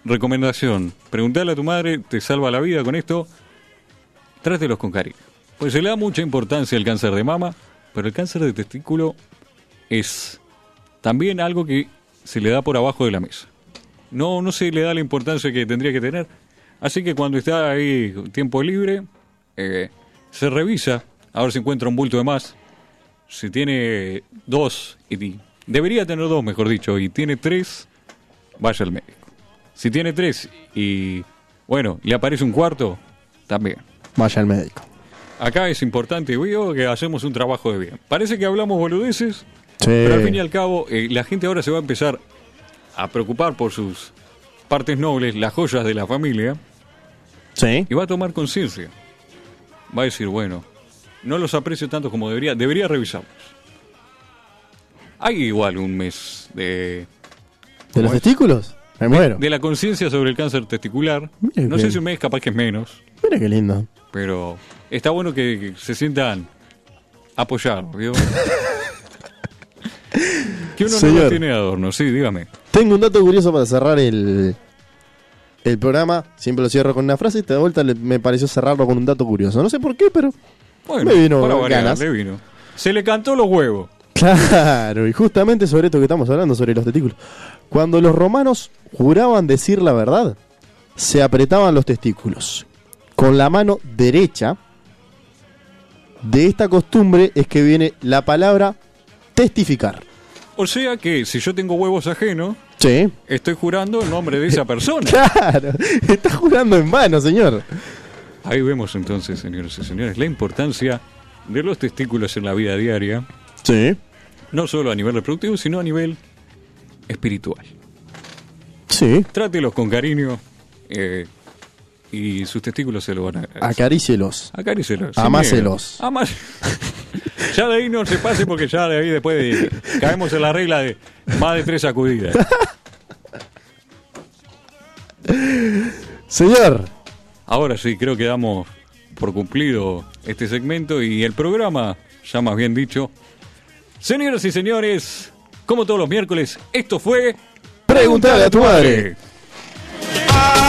[SPEAKER 2] recomendación. Preguntarle a tu madre, te salva la vida con esto. Trátelos con cariño. Pues se le da mucha importancia al cáncer de mama, pero el cáncer de testículo es también algo que se le da por abajo de la mesa. No, no se le da la importancia que tendría que tener. Así que cuando está ahí tiempo libre, eh, se revisa, a ver si encuentra un bulto de más. Si tiene dos, y debería tener dos, mejor dicho, y tiene tres, vaya al médico. Si tiene tres y, bueno, le aparece un cuarto, también.
[SPEAKER 3] Vaya al médico.
[SPEAKER 2] Acá es importante, veo, que hacemos un trabajo de bien. Parece que hablamos boludeces,
[SPEAKER 3] Sí.
[SPEAKER 2] pero al fin y al cabo, eh, la gente ahora se va a empezar a preocupar por sus partes nobles, las joyas de la familia,
[SPEAKER 3] Sí.
[SPEAKER 2] y va a tomar conciencia. Va a decir, bueno, no los aprecio tanto como debería, debería revisarlos. Hay igual un mes de,
[SPEAKER 3] ¿De los testículos? Me muero.
[SPEAKER 2] de la conciencia sobre el cáncer testicular.
[SPEAKER 3] Mira
[SPEAKER 2] No sé
[SPEAKER 3] bien.
[SPEAKER 2] si un mes capaz que es menos,
[SPEAKER 3] Mira qué lindo.
[SPEAKER 2] pero está bueno que, que se sientan apoyados, ¿vio? que uno no
[SPEAKER 3] Señor.
[SPEAKER 2] lo tiene de adorno, sí, dígame.
[SPEAKER 3] Tengo un dato curioso para cerrar el, el programa. Siempre lo cierro con una frase. Esta vuelta le- me pareció cerrarlo con un dato curioso. No sé por qué, pero.
[SPEAKER 2] Bueno,
[SPEAKER 3] Me vino
[SPEAKER 2] para variar,
[SPEAKER 3] ganas.
[SPEAKER 2] le vino. Se le cantó los huevos.
[SPEAKER 3] Claro, y justamente sobre esto que estamos hablando, sobre los testículos. Cuando los romanos juraban decir la verdad, se apretaban los testículos. Con la mano derecha. De esta costumbre es que viene la palabra testificar.
[SPEAKER 2] O sea que si yo tengo huevos ajenos,
[SPEAKER 3] Sí.
[SPEAKER 2] estoy jurando en nombre de esa persona.
[SPEAKER 3] Claro, está jurando en vano, señor.
[SPEAKER 2] Ahí vemos entonces, señores y señores, la importancia de los testículos en la vida diaria,
[SPEAKER 3] Sí.
[SPEAKER 2] no solo a nivel reproductivo, sino a nivel espiritual.
[SPEAKER 3] Sí.
[SPEAKER 2] Trátelos con cariño eh, y sus testículos se lo van a agradecer.
[SPEAKER 3] Acarícielos.
[SPEAKER 2] Acarícelos. sin
[SPEAKER 3] Amácelos.
[SPEAKER 2] miedo. Amá- ya de ahí no se pase porque ya de ahí después de- caemos en la regla de más de tres sacudidas.
[SPEAKER 3] Señor.
[SPEAKER 2] Ahora sí, creo que damos por cumplido este segmento y el programa, ya más bien dicho. Señoras y señores, como todos los miércoles, esto fue
[SPEAKER 3] Preguntale a tu madre.
[SPEAKER 1] I